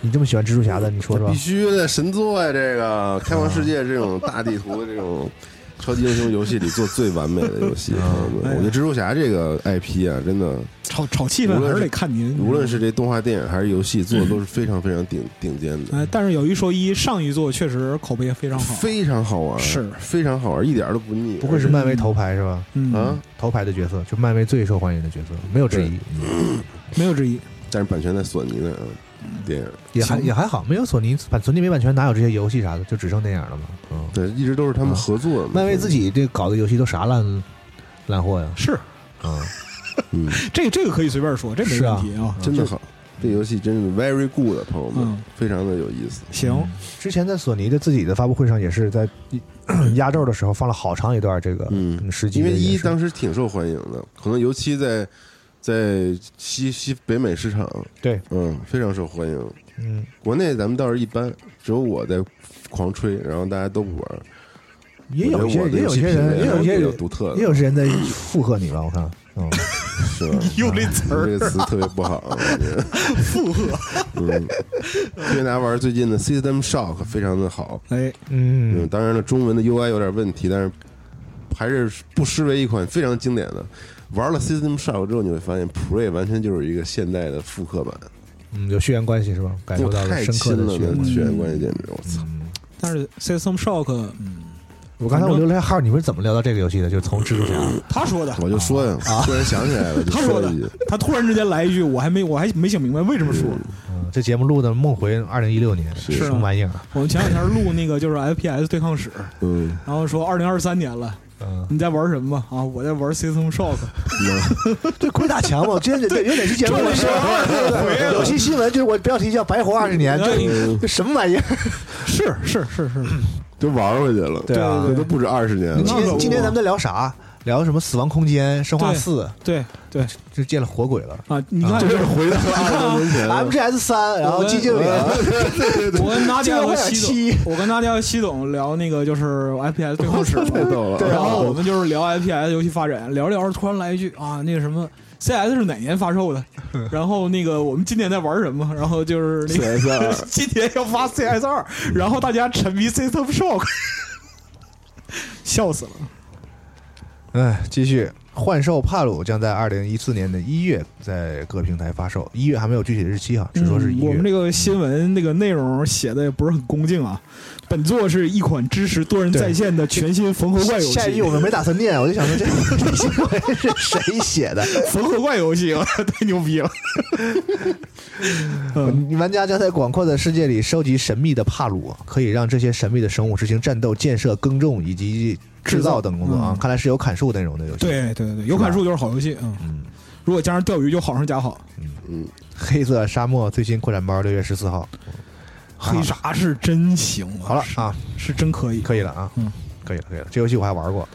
S2: 你这么喜欢蜘蛛侠的，你说说
S3: 必。须的神作呀、这个开放世界这种大地图的这种超级英雄游戏里做最完美的游戏，
S2: 啊
S3: 朋友
S4: 哎
S3: 们
S4: 呀
S3: 我觉得蜘蛛侠这个 IP 啊，真的，
S4: 炒炒气氛
S3: 无论
S4: 还
S3: 是
S4: 是得看您，
S3: 无论是这动画电影还是游戏，做的都是非常非常顶顶尖的，
S4: 哎，但是有一说一，上一座确实口碑也非常好，
S3: 非常好玩，
S4: 是
S3: 非常好玩，一点都不腻。
S2: 不愧是漫威头牌是吧？
S4: 嗯
S3: 啊，，
S2: 头牌的角色，就漫威最受欢迎的角色，没有之一。嗯
S4: 没有之一。
S3: 但是版权在索尼那儿啊，电影
S2: 也还
S4: 行
S2: 也还好，没有索尼版，索尼没版权，哪有这些游戏啥的，就只剩那样了嘛。嗯，
S3: 对，一直都是他们
S2: 啊
S3: 合作的嘛。
S2: 漫威自己这搞的游戏都啥烂烂货呀？
S4: 是，
S2: 嗯，
S3: 嗯，
S4: 这这个可以随便说，这没
S2: 是啊
S4: 问题啊。
S3: 真的好，这游戏真是 very good，朋友们
S4: 嗯，
S3: 非常的有意
S2: 嗯
S3: 思。
S4: 行，
S2: 之前在索尼的自己的发布会上，也是在 压轴的时候放了好长一段这个
S3: 嗯
S2: 十几
S3: 因
S2: 个
S3: 为
S2: 人
S3: 一
S2: 是
S3: 当时挺受欢迎的，可能尤其在在西西北美市场，
S2: 对，
S3: 嗯，非常受欢迎。
S2: 嗯，
S3: 国内咱们倒是一般，只有我在狂吹，然后大家都不玩。
S2: 也有一些
S3: 我觉
S2: 也
S3: 得
S2: 有
S3: 我
S2: 一些人，也有一些
S3: 比较
S2: 人，
S3: 独特
S2: 也
S3: 的，
S2: 有些人在附和你吧，我看，嗯，
S3: 是 吧？
S5: 用这词
S3: 这
S5: 儿
S3: 个词特别不好，啊我觉得附和。嗯，推荐大家玩最近的 System Shock，非常的好。
S4: 哎，
S2: 嗯
S3: 嗯，当然了，中文的 UI 有点问题，但是还是不失为一款非常经典的。玩了 System Shock 之后，你会发现 Pre 完全就是一个现代的复刻版，
S2: 嗯，有血缘关系是吧？感受到了
S3: 太
S2: 深刻
S3: 亲
S2: 的
S3: 了，
S2: 血缘
S3: 那
S2: 关系。
S3: 血缘关系简直，我操！
S4: 但是 System Shock，嗯，
S2: 我刚才我留了一下号，你们是怎么聊到这个游戏的？就是从蜘蛛 侠，
S4: 他说
S2: 嗯
S4: 的，
S3: 我就说呀，
S2: 啊
S3: 突然想起来了，就
S4: 他说
S3: 了
S4: 的
S3: 一句，
S4: 他突然之间来一句，我还没我还没想明白为什么说。
S2: 嗯，这节目录的梦回二零一六年，
S3: 是
S2: 什么玩意 儿啊？
S4: 我们前两天录那个就是 FPS 对抗史，
S3: 嗯，
S4: 然后说二零二三年了，
S2: 嗯，
S4: 你在玩什么啊？我在玩 System Shock，
S2: 对，鬼打墙嘛，我 今天有有哪期节目我说 过？有期新闻就是我标题叫“白活二十年”，这这什么玩意儿？
S4: 是是是是，
S3: 都玩回去了，
S2: 对啊
S3: 这都不止二十年
S2: 今
S3: 了。
S4: 那可
S2: 天
S4: 不
S2: 今天咱们在聊啥？聊什么《死亡空间》《生化
S4: 对
S2: 四》，
S4: 对对
S2: 就见了活鬼了。
S4: 啊！你看，
S3: 这是回到二十年前了
S2: MGS 三，然后
S4: 呃我
S2: 寂静岭，
S4: 我跟娜迪亚和西
S2: 七
S4: 总，我跟娜迪亚和西总聊那个就是 FPS 对抗史嘛，
S3: 太逗了。
S2: 对啊
S4: 然后我们就是聊 FPS 游戏发展，聊着聊着突然来一句啊，那个什么 CS 是哪年发售 的？然后那个我们今年在玩什么？然后就是那个
S3: CS 二
S4: 今年要发 CS 二，然后大家沉迷 System Shock，笑死了。呃
S2: 哎，继续，《幻兽帕鲁》将在二零一四年的一月在各平台发售，一月还没有具体的日期啊，只说是一
S4: 嗯我们
S2: 月。
S4: 这个新闻那个内容写的也不是很恭敬啊。本作是一款支持多人在线的全新缝合怪游戏。
S2: 下一句我们没打算念，我就想说这这新闻是谁写 的？
S4: 缝合怪游戏，我操太牛逼了！嗯，
S2: 玩家将在广阔的世界里收集神秘的帕鲁，可以让这些神秘的生物执行战斗、建设、耕种以及制造等工作啊。
S4: 嗯
S2: 看来是有砍树内容的游戏。，
S4: 对对对，有砍树就是好游戏。嗯，
S2: 嗯，
S4: 如果加上钓鱼，就好上加好。
S3: 嗯，
S2: 黑色沙漠最新扩展包六月十四号。
S4: 黑鲨是真行啊！
S2: 啊好了
S4: 是
S2: 啊，
S4: 是真可以。
S2: 可以了啊，
S4: 嗯，
S2: 可以了，可以了。这游戏我还玩过，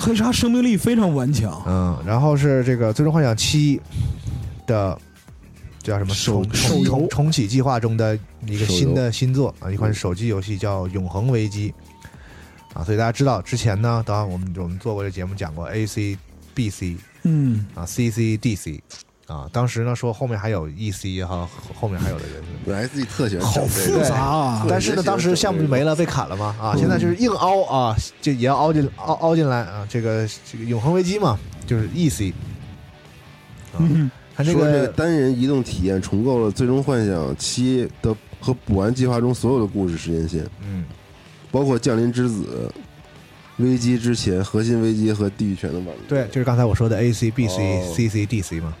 S4: 黑鲨生命力非常顽
S3: 哦
S4: 强，
S2: 嗯，然后是这个《最终幻想七》的叫什么
S3: 手
S2: 重
S3: 手
S2: 重
S3: 游
S2: 重重启计划中的一个
S3: 手游嗯
S2: 新的新作啊，一款手机游戏叫《永恒危机》啊，所以大家知道之前呢，当然我们我们做过这节目讲过 A C B C
S4: 嗯，
S2: 啊 C C D C 啊，当时呢说后面还有 E C 哈，后面还有的人。
S3: 本来自己特喜欢
S4: 好
S3: 整这
S4: 复
S3: 个
S4: 杂啊
S3: 对！
S2: 但是呢，
S3: 也喜
S2: 当
S3: 欢
S2: 时
S3: 整
S2: 项目就
S3: 这个
S2: 没了，被砍了嘛啊！
S4: 嗯
S2: 现在就是硬凹啊，就也要凹进凹凹进来啊！这个这个永恒危机嘛，就是 E C，
S4: 嗯
S2: 它这
S3: 说这个
S2: 个
S3: 单人移动体验重构了《最终幻想七》的和补完计划中所有的故事时间线，
S2: 嗯
S3: 包括降临之子、危机之前、核心危机和地狱犬的挽留，
S2: 对，就是刚才我说的 A C B C
S3: 哦
S2: C C D C 嘛，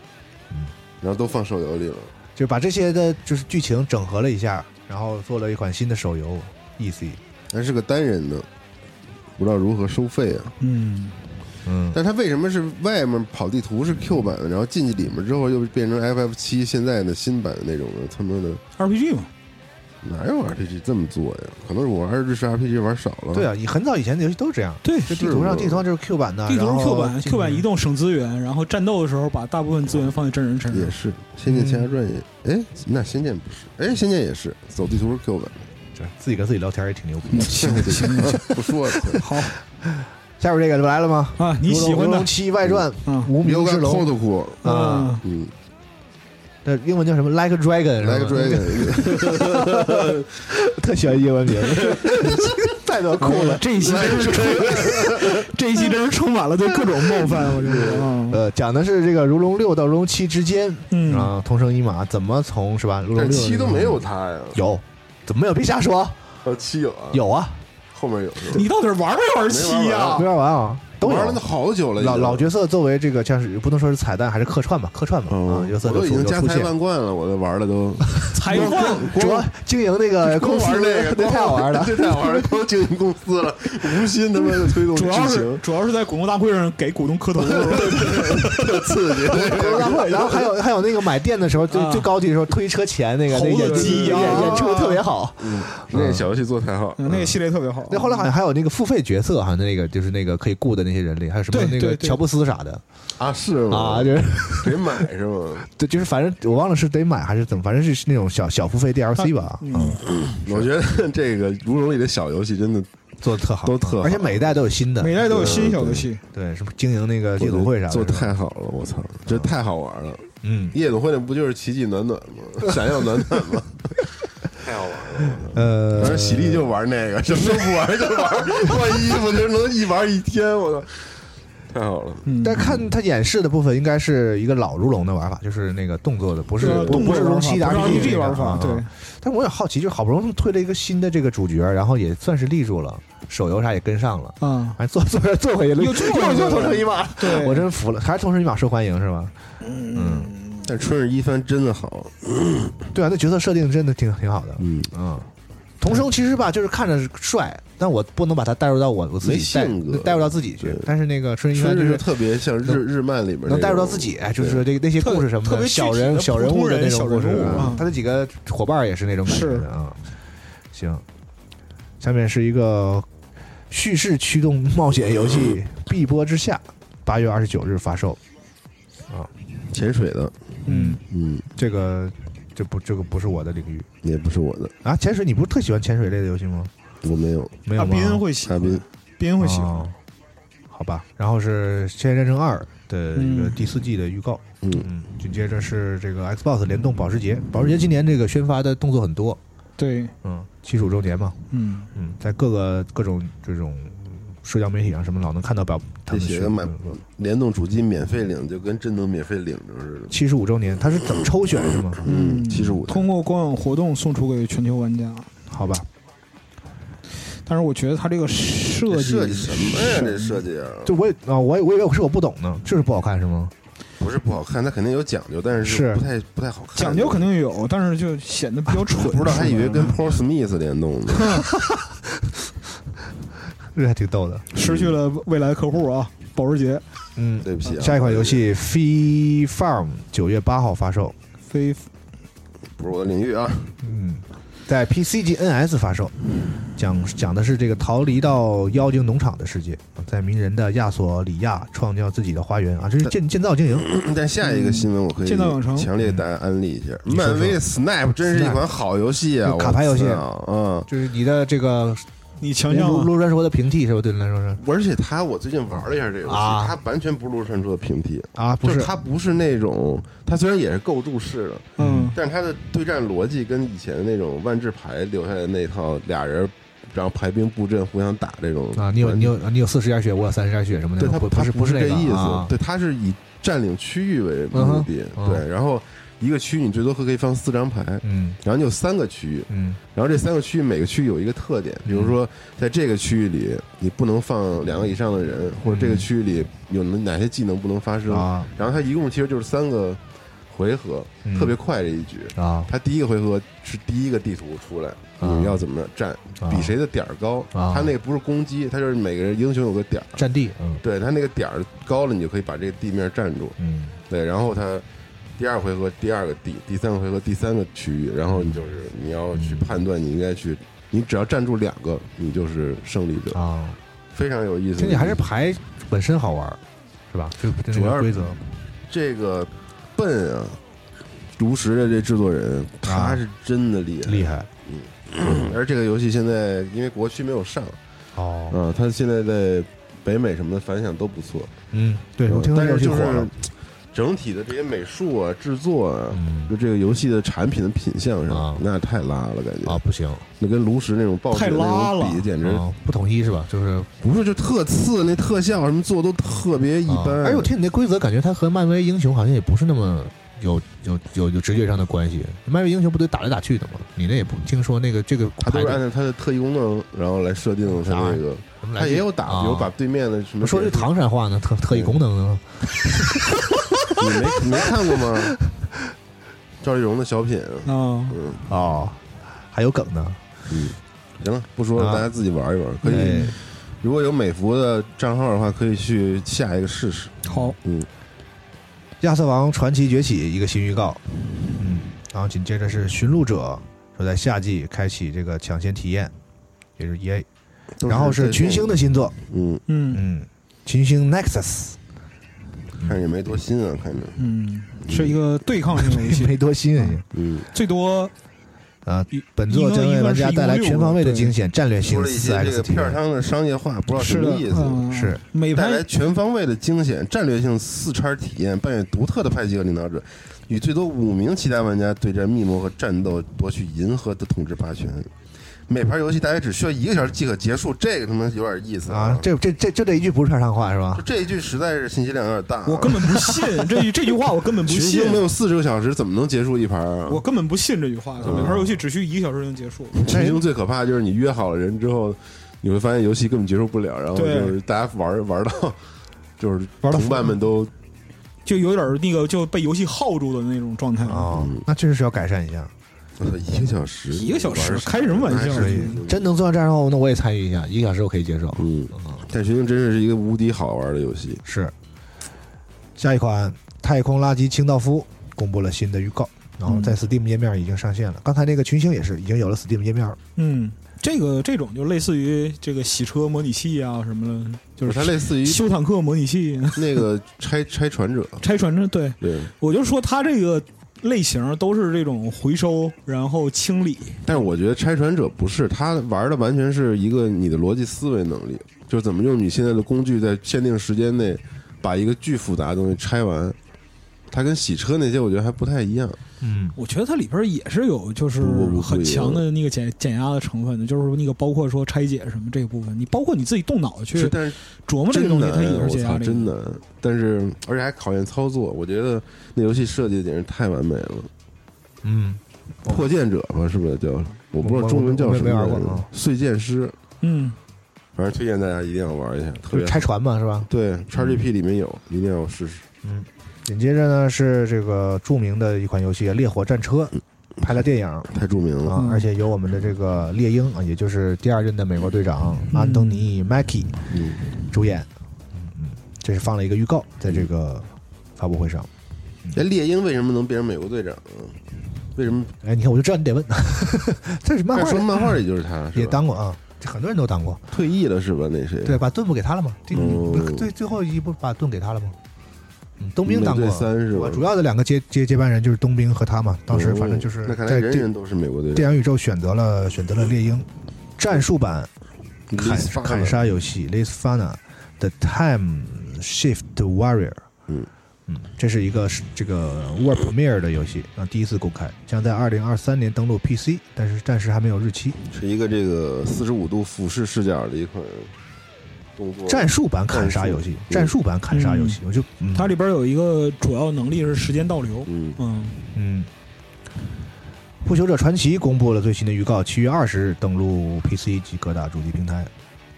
S3: 然后都放手游里了。
S2: 就是把这些的就是剧情整合了一下，然后做了一款新的手游 E C，
S3: 还是个单人的，不知道如何收费啊。
S4: 嗯，
S2: 嗯，
S3: 但它为什么是外面跑地图是 Q 版的，然后进去里面之后又变成 FF 七现在的新版的那种的？他妈的，
S4: RPG 嘛，
S3: 哪有 RPG 这么做呀？可能是我玩日式 RPG 玩少了。
S2: 对啊，你很早以前的游戏都是这样，
S4: 对，
S2: 就是地图上
S3: 吗
S2: 地图上就是 Q 版的，
S4: 地图
S2: 然后
S4: 上 Q 版
S2: 进
S4: Q 版移动省资源，然后战斗的时候把大部分资源放在真人身
S3: 也
S4: 上。
S3: 是《仙剑奇侠传》也，哎，那《仙剑》不是，哎，《仙剑》也是走地图是 Q 版
S2: 就是自己跟自己聊天也挺牛逼。
S4: 嗯
S3: 的， 行行，不说 了，
S4: 好
S2: 下边这个就来了吗？
S4: 啊，你喜欢
S2: 如
S4: 的
S2: 龙七外传》
S4: 啊
S2: 无名
S3: 有
S2: 之
S3: 个
S2: 龙
S3: 扣的库，
S2: 啊，
S4: 嗯，
S3: 嗯，
S2: 那英文叫什么？Like a Dragon，
S3: 来个
S2: 是吧
S3: dragon，
S2: 特喜欢英 文名，太多酷了。
S4: 这一期真是 这一期真是充满了对各种冒犯，我觉得啊，
S3: 嗯
S2: 呃，讲的是这个如龙六到如龙七之间
S4: 嗯，
S2: 啊，同生一马怎么从是吧？如龙
S3: 但
S2: 六
S3: 七都没有他呀，
S2: 有，怎么没有？别瞎说，
S3: 呃，七有啊，
S2: 有啊，
S3: 后面有是吧？
S4: 你到底玩没玩七
S3: 没玩
S4: 呀
S3: 啊
S2: 没？法玩啊，都
S3: 玩了
S2: 有
S3: 那。好久了，
S2: 老
S3: 已经
S2: 老角色作为这个像是不能说是彩蛋，还是客串吧，客串吧啊
S3: 嗯，
S2: 角色
S3: 我都
S2: 有
S3: 已
S2: 出
S3: 经
S2: 有
S3: 家
S2: 出
S3: 财
S2: 现。
S3: 万贯了，我都玩的都，
S4: 裁判
S2: 主要经营那个
S3: 光
S2: 公司
S3: 玩那 个，
S2: 那太好玩了。
S3: 这太好玩了，光经营公司了，无心他妈的推动
S4: 主
S3: 剧
S4: 要是
S3: 情，
S4: 主要是在股东大会上给股东磕头，
S2: 哦
S3: 特刺 激，
S2: 广告大会，然后还有还有那个买电的时候，最
S4: 啊
S2: 最高级的时候推车前那个那
S4: 猴子
S2: 演
S4: 机
S2: 演
S4: 啊
S2: 演出特别好。
S3: 嗯那小游戏做太好，
S4: 嗯那个系列特别好。
S2: 那后来好像还有那个付费角色，好像那个就是那个可以雇的那些人力，还有什么
S4: 对
S2: 那
S4: 对
S2: 个
S4: 对
S2: 乔布斯啥的
S3: 啊，是吗？
S2: 啊，就是
S3: 得买是吗？
S2: 对，就是反正我忘了是得买还是怎么，反正是那种小小付费 DLC 吧，嗯，
S3: 我觉得这个《如龙》里的小游戏真的
S2: 做的特好，
S3: 都特好
S2: 而且每一代都有新的，
S4: 每代都有新小游戏，
S2: 对什么经营那个 夜总会啥的，
S3: 做
S2: 是吧
S3: 太好了，我操，这太好玩了！
S2: 嗯
S3: 夜总会那不就是奇迹暖暖 吗？闪耀暖暖吗？
S2: 呃，
S3: 反正喜力就 玩那个，什么都不玩就玩换衣服，就能一玩一天，我操，太好了！
S2: 但看他演示的部分，应该是一个老如龙的玩法，就是那个动作的，不是
S4: 呃动
S2: 不是
S4: 作
S2: 龙
S4: 玩法
S2: 七的
S4: 不是
S2: RPG
S4: RPG 玩法
S2: 啊
S4: 对
S2: 但我也好奇，就是好不容易推了一个新的这个主角，然后也算是立住了，手游啥也跟上了，
S4: 啊，
S2: 哎，做做着做回去了，
S4: 又做回去了
S2: 又同城一马，
S4: 对
S2: 我真服了，还是同城一马受欢迎是吧？嗯，
S3: 但春日一番真的好，
S2: 对啊，那角色设定真的挺挺好的，
S3: 嗯，
S2: 嗯。童生其实吧，就是看着帅，但我不能把他带入到我我自
S3: 没
S2: 己带
S3: 性格
S2: 带入到自己去
S3: 对。
S2: 但是那个春日一番
S3: 春
S2: 就
S3: 日
S2: 是
S3: 就特别像日日漫里面那
S2: 能带入到
S3: 种
S2: 自己，哎就是这个那些
S4: 特
S2: 故事什么
S4: 特别
S2: 的，
S4: 具
S2: 小
S4: 体
S2: 人、
S4: 的
S2: 小
S4: 普
S2: 人
S4: 通
S2: 物的
S4: 人
S2: 那种
S4: 小
S2: 故事
S4: 人物
S2: 啊
S4: 啊。
S2: 他的几个伙伴也是那种感觉
S4: 是
S2: 的啊。行，下面是一个叙事驱动冒险游戏《碧波之下》，八月二十九日发售。
S3: 潜水的，
S4: 嗯，
S3: 嗯，
S2: 这个这不这个不是我的领域
S3: 也不是我的，
S2: 啊。潜水，你不是特喜欢潜水类的游戏吗？
S3: 我没有。
S2: 没有
S4: 阿
S2: 吗？
S4: 斌啊会喜
S3: 嘉宾
S4: 欢，斌会喜
S2: 哦
S4: 欢，
S2: 好吧，然后是《现代战争二》的一个
S4: 嗯
S2: 第四季的预告，
S3: 嗯
S2: 紧接着是这个 Xbox 联动保时捷，保时捷今年这个宣发的动作很多，
S4: 对，
S2: 嗯，七十五周年嘛，
S4: 嗯，
S2: 嗯，在各个各种这种社交媒体上啊什么老能看到表他
S3: 这
S2: 们嗯
S3: 写
S2: 是
S3: 的买联动主机免费领，就跟真能免费领着似的。
S2: 七十五周年，它是怎么抽选是吗？
S3: 嗯，七十五，
S4: 通过官网活动送出给全球玩家。
S2: 好吧，
S4: 但是我觉得他这个设
S3: 这
S4: 计
S3: 设计什么呀？这设计啊，
S2: 就我也啊，我也我以为我是我不懂呢，就是不好看是吗？
S3: 不是不好看，它肯定有讲究，但
S2: 是
S3: 是不太不太好看。
S4: 讲究肯定有，但是就显得比较蠢。
S3: 不知道，还以为跟
S4: 是吧
S3: Paul Smith 联动呢。
S2: 这还挺逗的，
S4: 失去了未来客户啊，保时捷
S2: 嗯。
S3: 对不起啊，
S2: 下一款游戏《Free Farm》九月八号发售，
S4: 非
S3: 不是我的领域啊。
S2: 嗯，在 PC 及 NS 发售，讲讲的是这个逃离到妖精农场的世界，在迷人的亚索里亚创造自己的花园啊，这是建建造经营，
S3: 但下一个新闻我可以
S4: 剑道永城
S3: 强烈大家安利一下，
S2: 你说说
S3: 漫威的 Snap 真是一款好游戏啊，
S2: Snap 卡牌游戏
S3: 我操嗯。
S2: 就是你的这个
S4: 你强项
S2: 撸
S4: 啊，
S2: 撸传说的平替是吧？对你来说是
S3: 而且它，我最近玩了一下这个游戏，
S2: 啊
S3: 它完全不是《传说》的平替，
S2: 啊，不
S3: 就是它不是那种，它虽然也是构筑式的，
S4: 嗯，
S3: 但是它的对战逻辑跟以前那种万智牌留下的那套俩人，然后排兵布阵互相打这种
S2: 啊，你有你有你有四十点血，我有三十点血什么的，
S3: 对他
S2: 不
S3: 他
S2: 是
S3: 不
S2: 不是那
S3: 这
S2: 个
S3: 意思
S2: 啊，
S3: 对，他是以占领区域为
S2: 嗯
S3: 目
S2: 哼
S3: 的，
S2: 嗯
S3: 对，然后一个区域你最多可以放四张牌，
S2: 嗯
S3: 然后你有三个区域，
S2: 嗯
S3: 然后这三个区域每个区域有一个特点，比如说在这个区域里你不能放两个以上的人，或者这个区域里有哪些技能不能发生，
S2: 啊
S3: 然后它一共其实就是三个回合，
S2: 嗯
S3: 特别快这一局。
S2: 啊
S3: 它第一个回合是第一个地图出来，你们要怎么站，
S2: 啊
S3: 比谁的点儿高。
S2: 啊
S3: 它那个不是攻击，它就是每个人英雄有个点儿，
S2: 占地，嗯
S3: 对它那个点儿高了，你就可以把这个地面占住。
S2: 嗯
S3: 对，然后它第二回合第二个地，第三个回合第三个区域，然后你就是你要去判断，你应该去，你只要占住两个，你就是胜利者，
S2: 啊，
S3: 非常有意思。
S2: 听起来还是牌本身好玩儿，是吧？就就
S3: 嗯主
S2: 那
S3: 要
S2: 个
S3: 是
S2: 规则
S3: 这个笨啊，炉石的这制作人他是真的厉害，
S2: 啊
S3: 嗯
S2: 厉害
S3: 而这个游戏现在因为国区没有上，
S2: 哦，
S3: 啊，它现在在北美什么的反响都不错，呃
S2: 嗯，对我听说
S3: 但
S2: 这游
S3: 是
S2: 戏
S3: 就
S2: 火
S3: 是
S2: 了，
S3: 整体的这些美术啊、制作啊，
S2: 嗯
S3: 就这个游戏的产品的品相上，
S2: 啊
S3: 那太拉了，感觉
S2: 啊，不行。
S3: 那跟炉石那种报纸
S4: 太
S3: 那
S4: 拉
S3: 种
S4: 了
S3: 比，简直
S2: 哦不统一是吧？就是，
S3: 不是就特次，那特效什么做都特别一
S2: 啊
S3: 般。
S4: 哎
S2: 而且我听你那规则，感觉它和漫威英雄好像也不是那么有有有有直觉上的关系。漫威英雄不得打来打去的吗？你那也不听说那个这个
S3: 它都
S2: 牌
S3: 是按
S2: 子
S3: 照它的特异功能，然后来设定它那个，
S2: 什么来
S3: 它
S2: 去
S3: 也有打，比如把
S2: 啊
S3: 对面的什么
S2: 我说这唐山话呢，特特异功能呢？
S3: 你没你没看过吗？赵丽蓉的小品，
S4: 啊，
S3: 嗯
S2: 哦，还有梗呢。
S3: 嗯，行了，不说了，
S2: 啊
S3: 大家自己玩一玩。
S4: 嗯
S3: 可以，
S2: 哎
S3: 如果有美服的账号的话，可以去下一个试试。
S4: 好，
S3: 嗯，
S2: 亚瑟王传奇崛起一个新预告，嗯，然后紧接着是寻路者说在夏季开启这个抢先体验，也是 EA，然后
S3: 都
S2: 是群星的，新作，
S3: 嗯，
S4: 嗯，
S2: 嗯，群星 Nexus
S3: 看着也没多新啊，看着，
S4: 嗯，是一个对抗性游戏，
S2: 没多新啊
S3: 嗯，
S4: 最多
S2: 啊！
S4: 一
S2: 本作将为玩家带来全方位的惊，险、战略性
S3: 说了一些这个
S2: 4X 体
S3: 片
S2: 验。
S3: 儿商的商业化，不知道什
S4: 是
S3: 么
S4: 的
S3: 意，思。
S4: 嗯
S2: 是
S4: 每
S3: 哎带来
S4: 盘
S3: 全方位的惊险、战略性四叉体验，扮演独特的派系和领导者，与最多五名其他玩家对战密谋和战斗，夺取银河的统治霸权。每盘游戏大概只需要一个小时即可结束，这个他妈有点意思啊
S2: 啊，这这这就这一句不是片上话是吧
S3: 就？这一句实在是信息量有点大啊、
S4: 我根本 不信这这句话，我根本不
S3: 群
S4: 信
S3: 星没。有四十个小时，怎么能结束一盘啊？
S4: 我根本不信这句话，
S2: 嗯
S4: 每盘游戏只需一个小时就能结束。
S3: 群星最可怕的就是你约好了人之后，你会发现游戏根本结束不了，然后就
S4: 对
S3: 是大家玩玩到， 就是
S4: 玩到
S3: 同伴们都
S4: 就有点儿那个就被游戏耗住的那种状态。
S2: 哦，那确实是要改善一下。
S3: 我操呃一个小时，
S4: 一个小时
S3: 玩儿
S4: 开什么玩笑
S3: 那还是
S2: 真能做到这样的话，那我也参与一下，一个小时我可以接受。
S3: 嗯，但群星真是一个无敌好玩的游戏，
S2: 是。下一款《太空垃圾清道夫》公布了新的预告，然后在 Steam 页面已经上线了。刚才那个群星也是已经有了 Steam 页面了，
S4: 嗯，这个这种就类似于这个洗车模拟器啊什么的，
S3: 就
S4: 就
S3: 是是它类 似于
S4: 修坦克模拟器、
S3: 那个拆拆船者，
S4: 拆船的。对，
S3: 对，
S4: 我就说它这个类型都是这种回收然后清理。
S3: 但是我觉得拆船者不是，他玩的完全是一个你的逻辑思维能力，就是怎么用你现在的工具在限定时间内把一个巨复杂的东西拆完。它跟洗车那些我觉得还不太一样，
S2: 嗯，
S4: 我觉得它里边也是有就是
S3: 不不不
S4: 很强的那个减减压的成分的，就是那个包括说拆解什么这个部分，你包括你自己动脑去
S3: 是但是
S4: 琢磨这
S3: 真
S4: 个东西，
S3: 难，
S4: 它也
S3: 我
S4: 是减压
S3: 操，
S4: 力的。
S3: 真难。但是而且还考验操作，我觉得那游戏设计简直太完美了。
S2: 嗯，
S3: 破剑者吧，是不是叫？我不知道
S2: 我
S3: 中文叫
S2: 我
S3: 什么
S2: 没玩
S3: 来
S2: 过
S3: 着
S2: 啊。
S3: 碎剑师，
S4: 嗯，
S3: 反正推荐大家一定要玩一下，特
S2: 就是
S3: 别
S2: 拆船嘛，是吧？
S3: 对。XGP 里面有，一定要试试。
S2: 紧接着呢是这个著名的一款游戏《烈火战车》，拍了电影
S3: 太著名了，
S2: 啊，而且有我们的这个猎鹰啊，也就是第二任的美国队长安东尼·麦基
S3: 嗯，
S2: 主演。嗯嗯，这是放了一个预告在这个发布会上。
S3: 哎，猎鹰为什么能变成美国队长呢？为什么？
S2: 哎，你看，我就知道你得问， 这是漫
S3: 但
S2: 画
S3: 说
S2: 里哎
S3: 漫画里就是他，是
S2: 也
S3: 吧
S2: 当过啊，这很多人都当过。
S3: 退役了是吧？那谁？
S2: 对，把盾不给他了吗？这
S3: 嗯
S2: 不是最最后一步把盾给他了吗？嗯，冬兵当
S3: 美
S2: 过，
S3: 队三是吧
S2: 我主要的两个接接接班人就是冬兵和他嘛。当时反正就是
S3: 哦那看来
S2: 在
S3: 人
S2: 电
S3: 人都是美国队长。
S2: 电影宇宙选择了选择了猎鹰，战术版砍
S3: 砍
S2: 砍，杀游戏《l i s f a n a 的 Time Shift Warrior》。
S3: 嗯
S2: 嗯，这是一个是这个 World Premiere 的游戏啊，第一次公开，将在二零二三年登陆 PC，但是暂时还没有日期。
S3: 是一个这个四十五度俯视视角的一款动作
S2: 战术版砍杀游戏，战
S3: 战术
S2: 术版砍杀游戏，我就嗯
S4: 它里边有一个主要能力是时间倒流。
S3: 嗯，
S4: 嗯，
S2: 嗯，《不朽者传奇》公布了最新的预告，七月二十日登陆 PC 及各大主机平台。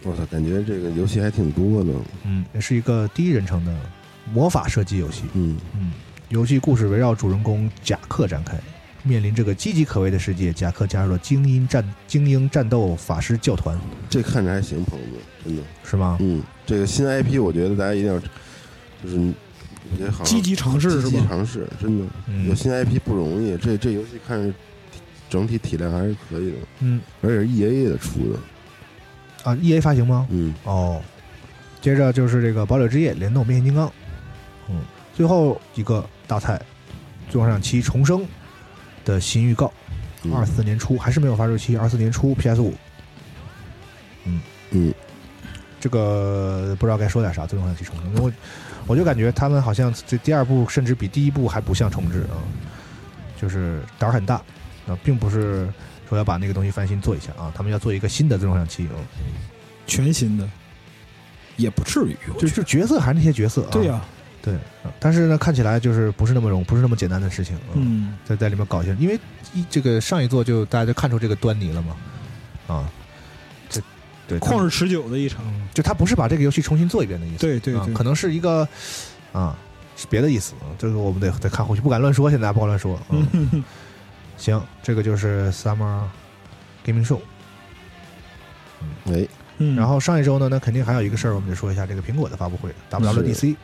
S3: 我操，感觉这个游戏还挺多呢。
S2: 嗯，也是一个第一人称的魔法射击游戏。
S3: 嗯，
S2: 嗯，游戏故事围绕主人公贾克展开。面临这个岌岌可危的世界，贾克加入了精英战精英战斗法师教团，
S3: 这看着还行，朋友们，真的。
S2: 是吗？
S3: 嗯，这个新 IP 我觉得大家一定要，就是我觉得好
S4: 积极尝试是
S3: 啊积极
S4: 吧？
S3: 尝试，真的
S2: 嗯
S3: 有新 IP 不容易。这这游戏看着整体体量还是可以的，
S2: 嗯
S3: 而且是 EA 的出的。
S2: 啊，E A 发行吗？
S3: 嗯，
S2: 哦，接着就是这个《堡垒之夜》联动变形金刚，嗯，最后一个大菜《最后上七重生》的新预告，
S3: 嗯
S2: 二四年初还是没有发售期，二四年初 PS 五，嗯
S3: 嗯，
S2: 这个不知道该说点啥，《最后上七重生》，因为我我就感觉他们好像这第二部甚至比第一部还不像重置啊，就是胆儿很大啊，并不是说要把那个东西翻新做一下啊，他们要做一个新的《最后上七》啊。
S4: 全新的，也不至于。我
S2: 就
S4: 觉
S2: 就
S4: 得
S2: 角色还是那些角色、啊，
S4: 对呀、
S2: 对，啊但是呢，看起来就是不是那么容，不是那么简单的事情，啊，
S4: 嗯，
S2: 在在里面搞一些，因为一这个上一座就大家就看出这个端倪了嘛，啊，这对，
S4: 旷
S2: 他
S4: 日持久的一场。
S2: 嗯，就他不是把这个游戏重新做一遍的意思，
S4: 对对
S2: 啊
S4: 对，
S2: 可能是一个啊是别的意思，啊这个我们得得看后续，不敢乱说，现在不敢乱说，嗯，
S4: 嗯，
S2: 行，这个就是 Summer Gaming Show，
S3: 哎，
S4: 嗯
S2: 然后上一周呢，那肯定还有一个事儿，我们得说一下这个苹果的发布会，WWDC。嗯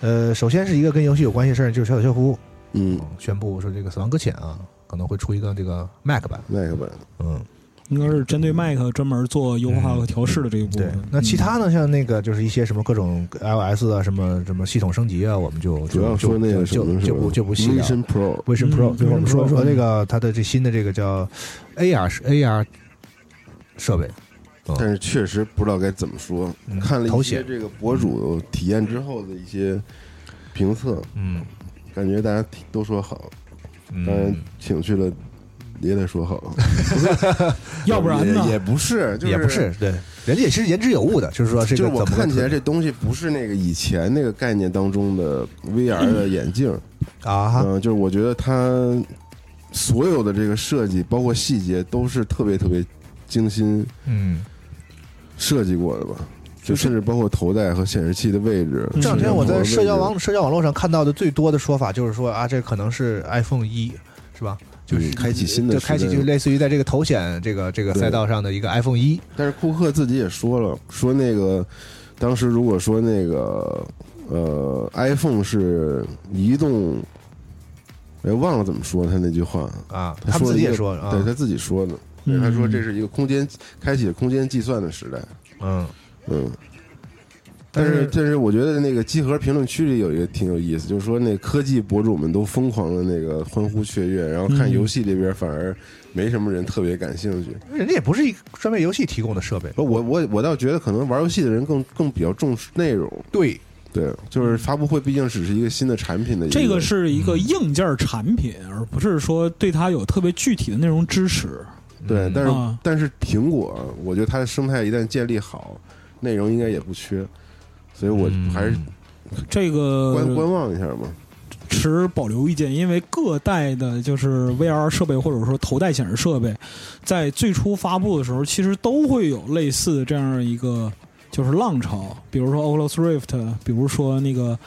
S2: 呃，首先是一个跟游戏有关系的事儿，就是小岛秀夫、
S3: 嗯
S2: 哦嗯宣布说，这个《死亡搁浅》啊，可能会出一个这个 Mac 版。
S3: ，Mac 版
S2: 嗯，
S4: 应该是针对 Mac 专门做优化和调试的这一部
S2: 对
S4: 分。，
S2: 那其他呢？像那个就是一些什么各种 iOS 啊，什么什么系统升级啊，我们就
S3: 主要
S2: 就
S3: 说那个什
S2: 就
S3: 么
S2: 就就不就不细聊。
S3: Vision Pro，
S2: Vision
S4: 嗯
S2: Pro，最后我们
S4: Vision
S2: 说
S4: Pro，
S2: 说
S4: 嗯
S2: 那个它的这新的这个叫 AR 是 AR 设备，
S3: 但是确实不知道该怎么说
S2: 嗯。
S3: 看了
S2: 头
S3: 一些
S2: 显
S3: 这个博主体验之后的一些评测，
S2: 嗯
S3: 感觉大家挺都说好，当然
S2: 嗯，
S3: 请去了也 得说好，
S4: 嗯要不然呢
S3: 也？也不是，就是
S2: 也不是对，人家也是言之有物的，就是说这
S3: 就是
S2: 个
S3: 我
S2: 怎么
S3: 看起来
S2: 个
S3: 这东西不是那个以前那个概念当中的 VR 的眼镜，
S2: 啊哈
S3: 嗯、就是我觉得它所有的这个设计，包括细节，都是特别特别精心
S2: 嗯。
S3: 设计过的吧。就甚至包括头戴和显示器的位置。
S4: 嗯
S2: 这两天我在社交
S3: 网。
S2: 网社交网络上看到的最多的说法就是说啊，这可能是 iPhone 一，是吧？就是
S3: 嗯开启新的
S2: 就
S3: 时
S2: 开启
S3: 代
S2: 就是类似于在这个头显这个这个
S3: 对
S2: 赛道上的一个 iPhone 一，
S3: 但是库克自己也说了，说那个当时如果说那个呃 iPhone 是移动，哎忘了怎么说他那句话，
S2: 啊，
S3: 他
S2: 他们
S3: 说
S2: 自己也
S3: 一个
S2: 说啊
S3: 对，他自己说的，
S4: 嗯
S3: 他说这是一个空间开启空间计算的时代，
S2: 嗯，
S3: 嗯。但是
S2: 但是，
S3: 但是我觉得那个集合评论区里有一个挺有意思，就是说那科技博主们都疯狂的那个欢呼雀跃，然后看
S4: 嗯
S3: 游戏这边反而没什么人特别感兴趣。
S2: 人家也不是一个专为游戏提供的设备，
S3: 不，我我我倒觉得可能玩游戏的人更更比较重视内容，
S2: 对，
S3: 对，就是发布会毕竟只是一个新的产品的一
S4: 这个是一个硬件产品，而不是说对它有特别具体的内容支持。
S2: 嗯
S3: 对，但是、
S4: 啊
S3: 但是苹果，我觉得它的生态一旦建立好，内容应该也不缺，所以我
S2: 嗯
S3: 还是
S4: 这个
S3: 观、观望一下嘛。
S4: 持保留意见，因为各代的就是 VR 设备或者说头戴显示设备，在最初发布的时候，其实都会有类似这样一个就是浪潮，比如说 Oculus Rift，比如说那个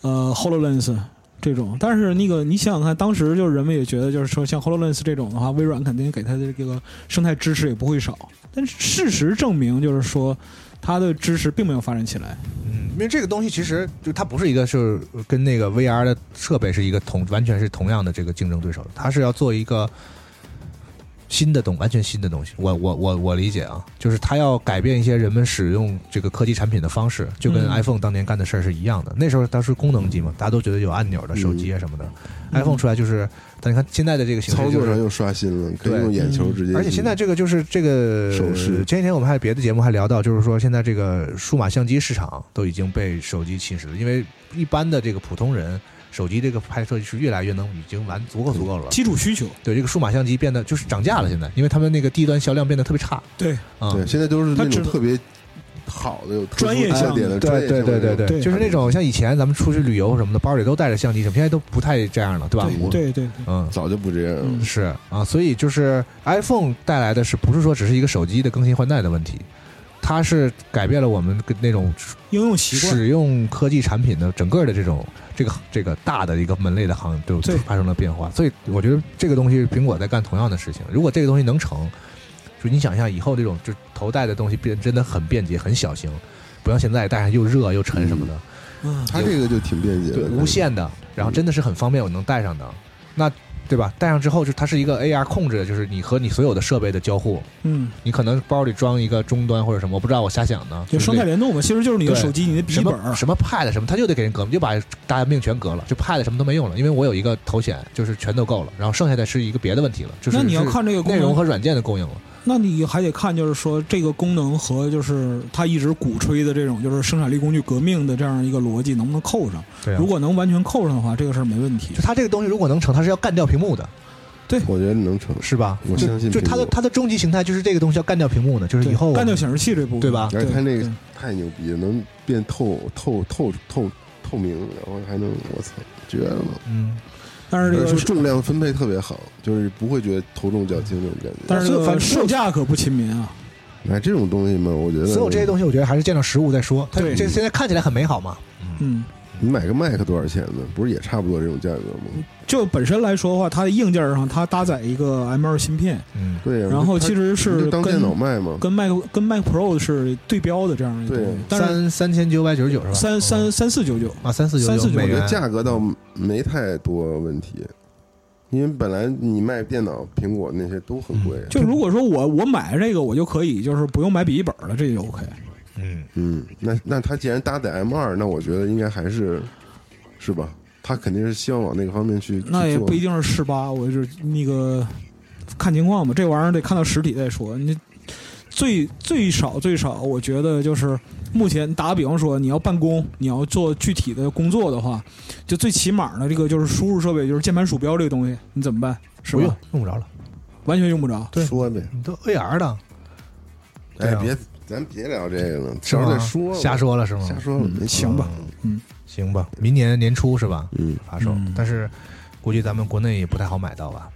S4: 呃 Hololens 这种。但是那个你想想看，当时就是人们也觉得，就是说像 Hololens 这种的话，微软肯定给它的这个生态支持也不会少。但是事实证明，就是说它的支持并没有发展起来。
S2: 嗯，因为这个东西其实就它不是一个是跟那个 VR 的设备是一个同完全是同样的这个竞争对手，它是要做一个新的东完全新的东西。我我我我理解啊，就是它要改变一些人们使用这个科技产品的方式，就跟
S4: 嗯
S2: iPhone 当年干的事儿是一样的。那时候它是功能机嘛，大家都觉得有按钮的手机啊什么的、
S4: 嗯
S2: i p h o n e 出来就是，但你看现在的这个形
S3: 操
S2: 式就
S3: 作
S2: 是
S3: 上又刷新了，可以
S2: 对
S3: 用眼
S4: 嗯
S3: 球直接。
S2: 而且现在这个就是这个
S3: 手势
S2: 前几天我们还别的节目还聊到，就是说现在这个数码相机市场都已经被手机侵蚀了，因为一般的这个普通人手机这个拍摄是越来越能已经完足够足够了。
S4: 基础需求，
S2: 对这个数码相机变得就是涨价了，现在因为他们那个低端销量变得特别差
S4: 对，
S2: 啊。
S3: 对，现在都是那
S4: 嗯它只
S3: 种
S4: 能
S3: 特别好的、有特殊
S4: 专业
S3: 特
S4: 项
S3: 点
S4: 目
S3: 的，专
S2: 对对
S3: 业项目
S2: 对对
S3: 的
S4: 对
S2: 就是那种像以前咱们出去旅游什么的，包里都带着相机什么，现在都不太这样了，对吧？
S4: 对
S2: 我，
S4: 对对，
S2: 嗯，
S3: 早就不这样了。
S4: 嗯
S2: 是啊，所以就是 iPhone 带来的是不是说只是一个手机的更新换代的问题？它是改变了我们跟那种
S4: 应用习惯。
S2: 使用科技产品的整个的这种这个这个大的一个门类的行业都
S4: 对
S2: 发生了变化，所以我觉得这个东西苹果在干同样的事情。如果这个东西能成，就你想象以后这种就头戴的东西变真的很便捷、很小型，不像现在戴上又热又沉什么的，
S4: 嗯，
S3: 它这个就挺便捷
S2: 对，
S3: 的，
S2: 无线的，然后真的是很方便，我能戴上的，那对吧？戴上之后就它是一个 AR 控制的，就是你和你所有的设备的交互，
S4: 嗯，
S2: 你可能包里装一个终端或者什么，我不知道，我瞎想呢，
S4: 就是生
S2: 这
S4: 态联动嘛，其实就是你的
S2: 对
S4: 手机、你的笔记
S2: 什
S4: 本
S2: 么
S4: 儿，
S2: 什么 Pad 什么，他就得给人革命，就把大家命全革了，就 Pad 什么都没用了，因为我有一个头显，就是全都够了，然后剩下的是一个别的问题了，就是
S4: 那你要
S2: 是
S4: 看这个功
S2: 内
S4: 能
S2: 容和软件的供应了。
S4: 那你还得看，就是说这个功能和就是他一直鼓吹的这种就是生产力工具革命的这样一个逻辑能不能扣上？
S2: 对啊
S4: 如果能完全扣上的话，这个事儿没问题
S2: 就。它这个东西如果能成，它是要干掉屏幕的，
S3: 我觉得能成。
S2: 是吧？
S3: 我相信
S2: 就就它的
S3: 苹果
S2: 它的终极形态就是这个东西要干掉屏幕的，就是
S4: 对
S2: 以后我们
S4: 干掉显示器这部分，
S2: 对吧
S3: 而且它那个
S4: 对
S3: 太牛逼了，能变透透透透透明，然后还能我操，绝了！
S2: 嗯，
S4: 但是
S3: 而
S4: 这
S3: 且
S4: 个
S3: 说重量分配特别好，就是不会觉得头重脚轻那种感觉。
S4: 但是这
S2: 所以反
S4: 个
S2: 正
S4: 售价可不亲民啊。
S3: 哎，这种东西嘛，我觉得
S2: 所有这些东西我觉得还是见到实物再说。它
S4: 对
S2: 这现在看起来很美好嘛，
S4: 嗯，
S3: 你买个麦克多少钱呢？不是也差不多这种价格吗？
S4: 就本身来说的话，它的硬件上它搭载一个 M2 芯片，
S2: 嗯，
S3: 对呀、
S4: 然后
S3: 它
S4: 其实是
S3: 你就当
S4: 跟
S3: 电脑卖嘛。
S4: 跟 Mac 跟 Mac Pro 是对标的这样一个
S3: 对
S4: 东西，但是
S2: 三三千九百九十九是吧？
S4: 三
S2: 嗯
S4: 三三四九九，
S2: 啊三四九
S4: 三四九
S2: 美
S3: 我觉
S2: 元
S3: 得价格倒没太多问题，因为本来你卖电脑、苹果那些都很贵，啊
S4: 嗯 就如果说我我买这个，我就可以就是不用买笔记本了，这就 OK。
S2: 嗯，
S3: 嗯，那那它既然搭载 M 二，那我觉得应该还是是吧？它肯定是希望往那个方面去
S4: 那也
S3: 去做
S4: 不一定是十八，我就是那个看情况吧，这玩意儿得看到实体再说。你最最少最少，我觉得就是目前打个比方说，你要办公，你要做具体的工作的话，就最起码的这个就是输入设备，就是键盘、鼠标这个东西，你怎么办？是
S2: 不用
S4: 吧？
S2: 用不着了，
S4: 完全用不着。
S2: 对
S3: 说呗。
S2: 你都 AR 的，对
S3: 哎，
S2: 啊
S3: 别咱别聊这个了，
S2: 是
S3: 到时
S2: 吗
S3: 候再说吧
S2: 瞎说了是吗？
S3: 瞎说了，没
S4: 行吧，
S2: 行吧，明年年初是吧？
S3: 嗯，
S2: 发售
S4: 嗯，
S2: 但是估计咱们国内也不太好买到吧？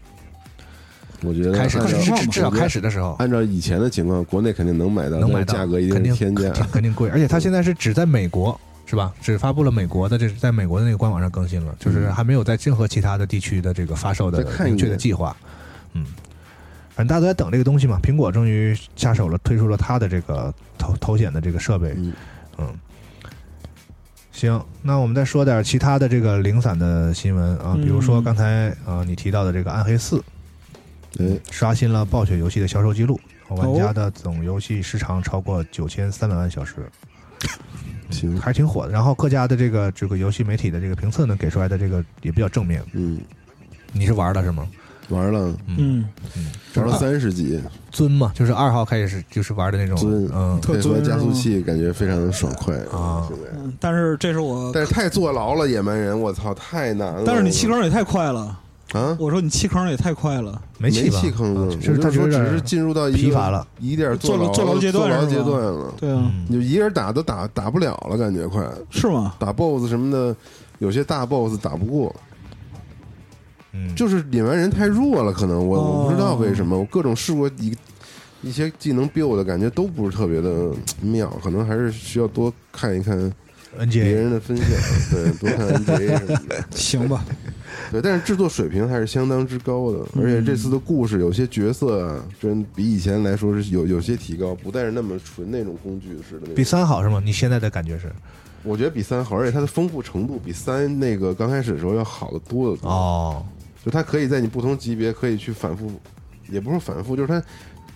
S3: 我觉得
S2: 开始
S3: 按
S4: 看
S3: 照
S4: 情况吧
S2: 至至少开始的时候
S3: 按照以前的情况，国内肯定能买到，
S2: 能买
S3: 但
S2: 到，
S3: 是价格一定
S2: 肯
S3: 是
S2: 定
S3: 天价。
S2: 肯肯定贵，而且它现在是只在美国是吧？只发布了美国的这在美国的那个官网上更新了，就是还没有在任何其他的地区的这个发售的
S3: 嗯再看一
S2: 明确的
S3: 眼
S2: 计划。嗯，反正大家都在等这个东西嘛。苹果终于下手了，推出了它的这个头头显的这个设备。
S3: 嗯
S2: 嗯，行，那我们再说点其他的这个零散的新闻啊，比如说
S4: 嗯
S2: 刚才啊、呃你提到的这个《暗黑四》，
S3: 哎，
S2: 刷新了暴雪游戏的销售记录，玩
S4: 哦
S2: 家的总游戏时长超过九千三百万小时，
S3: 行，
S2: 还是挺火的。然后各家的这个这个游戏媒体的这个评测呢，给出来的这个也比较正面。
S3: 嗯，
S2: 你是玩了是吗？
S3: 玩了
S4: 嗯，
S3: 玩
S2: 就
S3: 了
S2: 是
S3: 三十集，
S2: 尊嘛，就是二号开始是就是玩的那种，
S3: 尊
S2: 嗯
S4: 特
S3: 配合
S4: 尊
S3: 加速
S4: 是吗
S3: 器，感觉非常的爽快
S2: 啊
S3: 现在
S4: 嗯但是这是我，
S3: 但是太坐牢了，野蛮人，我操，太难了。
S4: 但是你弃坑也太快了。
S3: 啊，
S4: 我说你弃坑也太快了。
S2: 没
S3: 气
S2: 气吧？
S3: 坑了，
S2: 啊
S3: 我
S2: 就是他
S3: 说
S2: 有
S3: 只
S2: 点
S3: 是进入到一个
S2: 疲乏了，
S3: 一点
S4: 坐
S3: 牢
S4: 坐牢阶段
S3: 坐牢
S4: 是吧
S3: 阶段了。
S4: 对啊，
S2: 嗯
S3: 你就一个人打都打打不了了，感觉快
S4: 是吗？
S3: 打 BOSS 什么的，有些大 BOSS 打不过，
S2: 嗯，
S3: 就是野蛮人太弱了，可能我
S4: 哦
S3: 我不知道为什么，我各种试过一一些技能 build 的感觉都不是特别的妙，可能还是需要多看一看别
S2: NGA
S3: 人的 分享，对，多看 NBA 什么的，
S4: 行吧，
S3: 对，但是制作水平还是相当之高的，而且这次
S2: 嗯
S3: 的故事有些角色啊，真比以前来说是有有些提高，不再是那么纯那种工具式的那
S2: 比
S3: 种。
S2: 三好是吗？你现在的感觉是？
S3: 我觉得比三好，而且它的丰富程度比三那个刚开始的时候要好得多得多。
S2: 哦，
S3: 就它可以在你不同级别可以去反复，也不是反复，就是它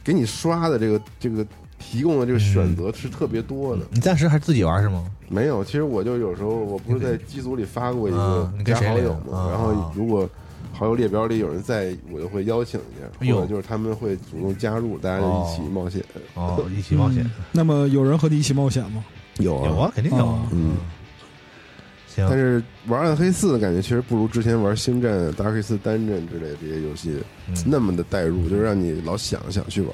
S3: 给你刷的这个这个提
S2: 嗯
S3: 供的这个选择是特别多的。
S2: 你暂时还是自己玩是吗？
S3: 没有，其实我就有时候我不是在机组里发过一个
S2: 啊你跟
S3: 加
S2: 谁
S3: 好友
S2: 聊
S3: 嘛，
S2: 啊
S3: 然后如果好友列表里有人在，我就会邀请一下，
S2: 哎呦
S3: 或者就是他们会主动加入，大家就一起冒险。
S2: 哦，一起冒险
S4: 嗯。那么有人和你一起冒险吗？
S3: 有
S2: 有啊，肯定有啊。
S3: 嗯，
S2: 行
S3: 但，是玩暗黑四的感觉其实不如之前玩星战、达克四单阵之类的这些游戏
S2: 嗯
S3: 那么的代入，就是让你老想想去玩。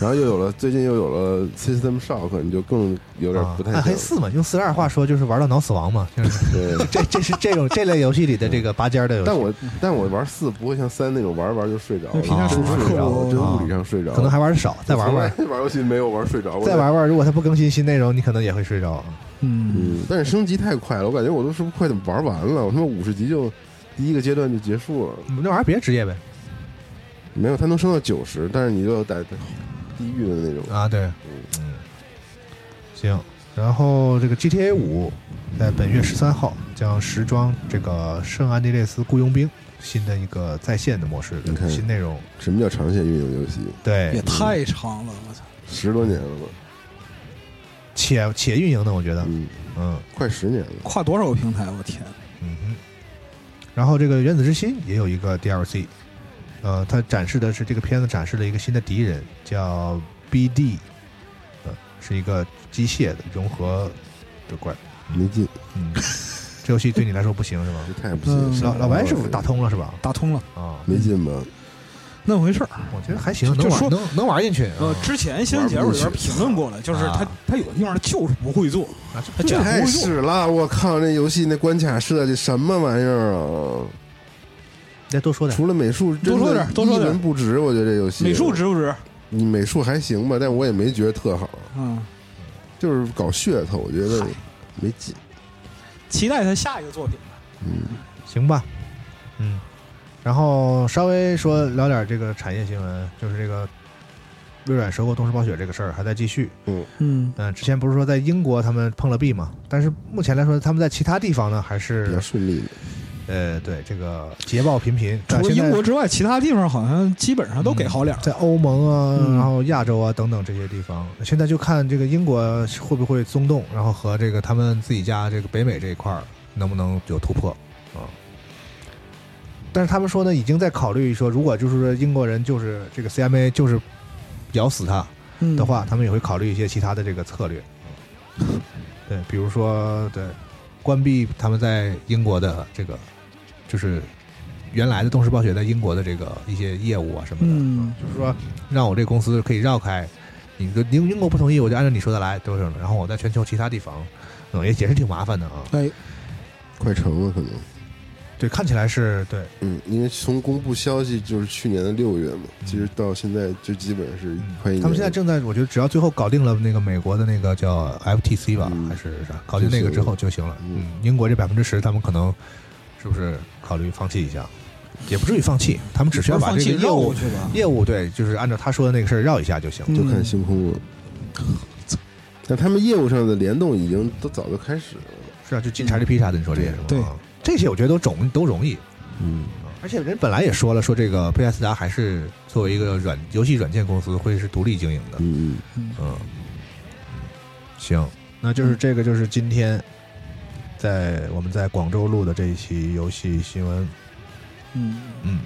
S3: 然后又有了最近又有了 System Shock，你就更有点不太
S2: 暗
S3: 想
S2: 黑啊四嘛，用四十二话说就是玩到脑死亡嘛，就是
S3: 对。
S2: 这这是这种这类游戏里的这个拔尖儿的游戏，
S3: 但我但我玩四不会像三那种玩玩就睡着了，
S4: 那皮卡
S3: 真
S4: 丘
S3: 睡着
S4: 克
S3: 了，
S4: 我
S3: 真物理上睡着了。
S2: 啊可能还玩的少，再玩玩，
S3: 从来玩游戏没有玩睡着过。
S2: 再。玩玩。如果它不更新新内容，你可能也会睡着。
S4: 嗯，
S3: 嗯，但是升级太快了，我感觉我都是不是快玩完了？我他妈五十级就第一个阶段就结束了，
S2: 那玩意儿别职业呗
S3: 没有，它能升到九十，但是你就要打地狱的那种。
S2: 啊，对，嗯，行。然后这个 GTA 五在本月十三号将时装这个圣安地列斯雇佣兵新的一个在线的模式
S3: 你看
S2: 新内容，
S3: 什么叫长线运营游戏？
S2: 对
S4: 也，太长了，我操！
S3: 十多年了吧？
S2: 且且运营的，我觉得，
S3: 嗯，
S2: 嗯
S3: 快十年了。
S4: 跨多少个平台？我天！
S2: 嗯哼。然后这个原子之心也有一个 DLC，呃，它展示的是这个片子展示了一个新的敌人，叫 BD，呃，是一个机械的融合的怪。
S3: 没劲，
S2: 嗯，这游戏对你来说不行是吗
S3: 这？太不行了。
S4: 嗯
S2: 老老白是不是打通了是吧？
S4: 打通了，
S2: 啊，
S3: 没劲吧？
S4: 那么回事儿。
S2: 我觉得还行，
S4: 就
S2: 能
S4: 就说
S2: 玩能能玩进去。
S4: 呃
S2: 啊，
S4: 之前新闻节目里边评论过了，就是他
S2: 啊
S4: 他有的地方就是不会做，
S2: 啊
S4: 他
S2: 对
S4: 就
S2: 啊
S4: 是
S3: 太
S4: 不会做。
S3: 屎了！我靠，那游戏那关卡设计什么玩意儿啊？
S2: 再多说点。
S3: 除了美术，
S4: 多说点
S3: 真的
S4: 多说点
S3: 一文不值。我觉得这游戏
S4: 美术值不值？
S3: 你美术还行吧，但我也没觉得特好，
S4: 嗯，
S3: 就是搞噱头，我觉得
S4: 嗨
S3: 没劲。
S4: 期待他下一个作品吧。
S2: 行吧，嗯，然后稍微说聊点这个产业新闻，就是这个微软收购动视暴雪这个事儿还在继续。
S4: 嗯，
S2: 嗯、之前不是说在英国他们碰了壁嘛，但是目前来说他们在其他地方呢还
S3: 比
S2: 是
S3: 较顺利的，
S2: 呃，对这个捷报频频，
S4: 除了
S2: 但现在
S4: 英国之外，其他地方好像基本上都给好脸儿。
S2: 在欧盟啊，
S4: 嗯
S2: 然后亚洲啊等等这些地方，现在就看这个英国会不会松动，然后和这个他们自己家这个北美这一块儿能不能有突破啊？但是他们说呢，已经在考虑说，如果就是说英国人就是这个 CMA 就是咬死他
S4: 嗯
S2: 的话，他们也会考虑一些其他的这个策略，对，比如说对关闭他们在英国的这个就是原来的动视暴雪在英国的这个一些业务啊什么的。
S4: 嗯，
S2: 就是说让我这公司可以绕开，你跟英英国不同意，我就按照你说的来，都是。然后我在全球其他地方，嗯，也也是挺麻烦的啊。
S4: 哎，
S3: 快成了可能。
S2: 对，看起来是对，
S3: 嗯，因为从公布消息就是去年的六月嘛，其实到现在就基本上是
S2: 嗯
S3: 快一年了。
S2: 他们现在正在，我觉得只要最后搞定了那个美国的那个叫 FTC 吧，
S3: 嗯
S2: 还是啥，搞定那个之后就行了。
S3: 嗯
S2: 嗯，英国这百分之十，他们可能是不是考虑放弃一下？也不至于放弃，他们只需要把
S4: 放
S2: 这
S4: 弃
S2: 个业
S4: 绕
S2: 务
S4: 过去吧。
S2: 业务对，就是按照他说的那个事儿绕一下就行。
S3: 就看
S4: 嗯
S3: 星空 了。但他们业务上的联动已经都早就开始了。
S2: 是啊，就进 XGP 啥的，你说这些是吗？
S4: 对
S2: 啊，这些我觉得都容都容易。
S3: 嗯，
S2: 而且人本来也说了，说这个贝塞斯达还是作为一个软游戏软件公司，会是独立经营的。
S3: 嗯
S2: 嗯，行，那就是这个就是今天在我们在广州录的这一期游戏新闻。
S4: 嗯，
S2: 嗯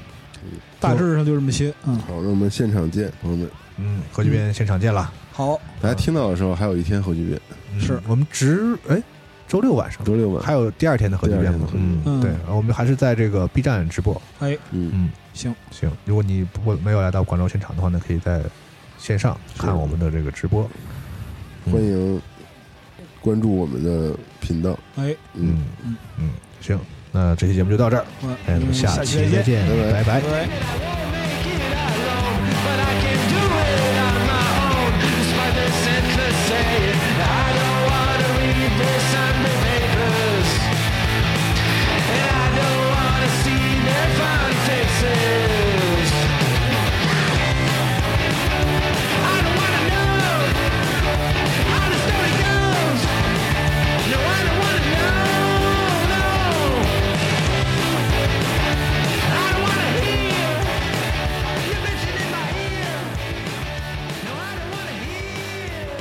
S4: 大致上就这么些。嗯
S3: 嗯，，好，那我们现场见，朋友们。
S2: 嗯，核聚变现场见了。
S4: 好，
S3: 大家听到的时候还有一天后聚变，
S2: 嗯
S4: 是
S2: 我们直哎周六晚上，
S3: 周六晚。
S2: 还有第二天的核聚变
S3: 第二天的
S2: 嘛
S3: 核聚
S2: 嗯
S3: 变，
S4: 嗯
S2: 对，我们还是在这个 B 站直播。
S4: 哎，
S3: 嗯，
S2: 嗯，
S4: 行，
S2: 行，如果你不没有来到广州现场的话呢，可以在线上看我们的这个直播。嗯
S3: 欢迎关注我们的频道。
S4: 哎，
S3: 嗯，
S2: 嗯嗯，行，那这期节目就到这儿，
S4: 嗯
S2: 哎，我们下期再见，
S3: 拜拜
S2: 拜
S4: 拜拜。
S5: I won't make it alone, but I can do it on my own. Despite the senseless saying, I don't wanna read the Sunday papers, and I don't wanna see their fun faces. I don't wanna know how the story goes. No, I don't wanna know. No. I don't wanna hear you bitching in my ear. No, I don't wanna hear.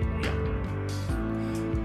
S6: 模样。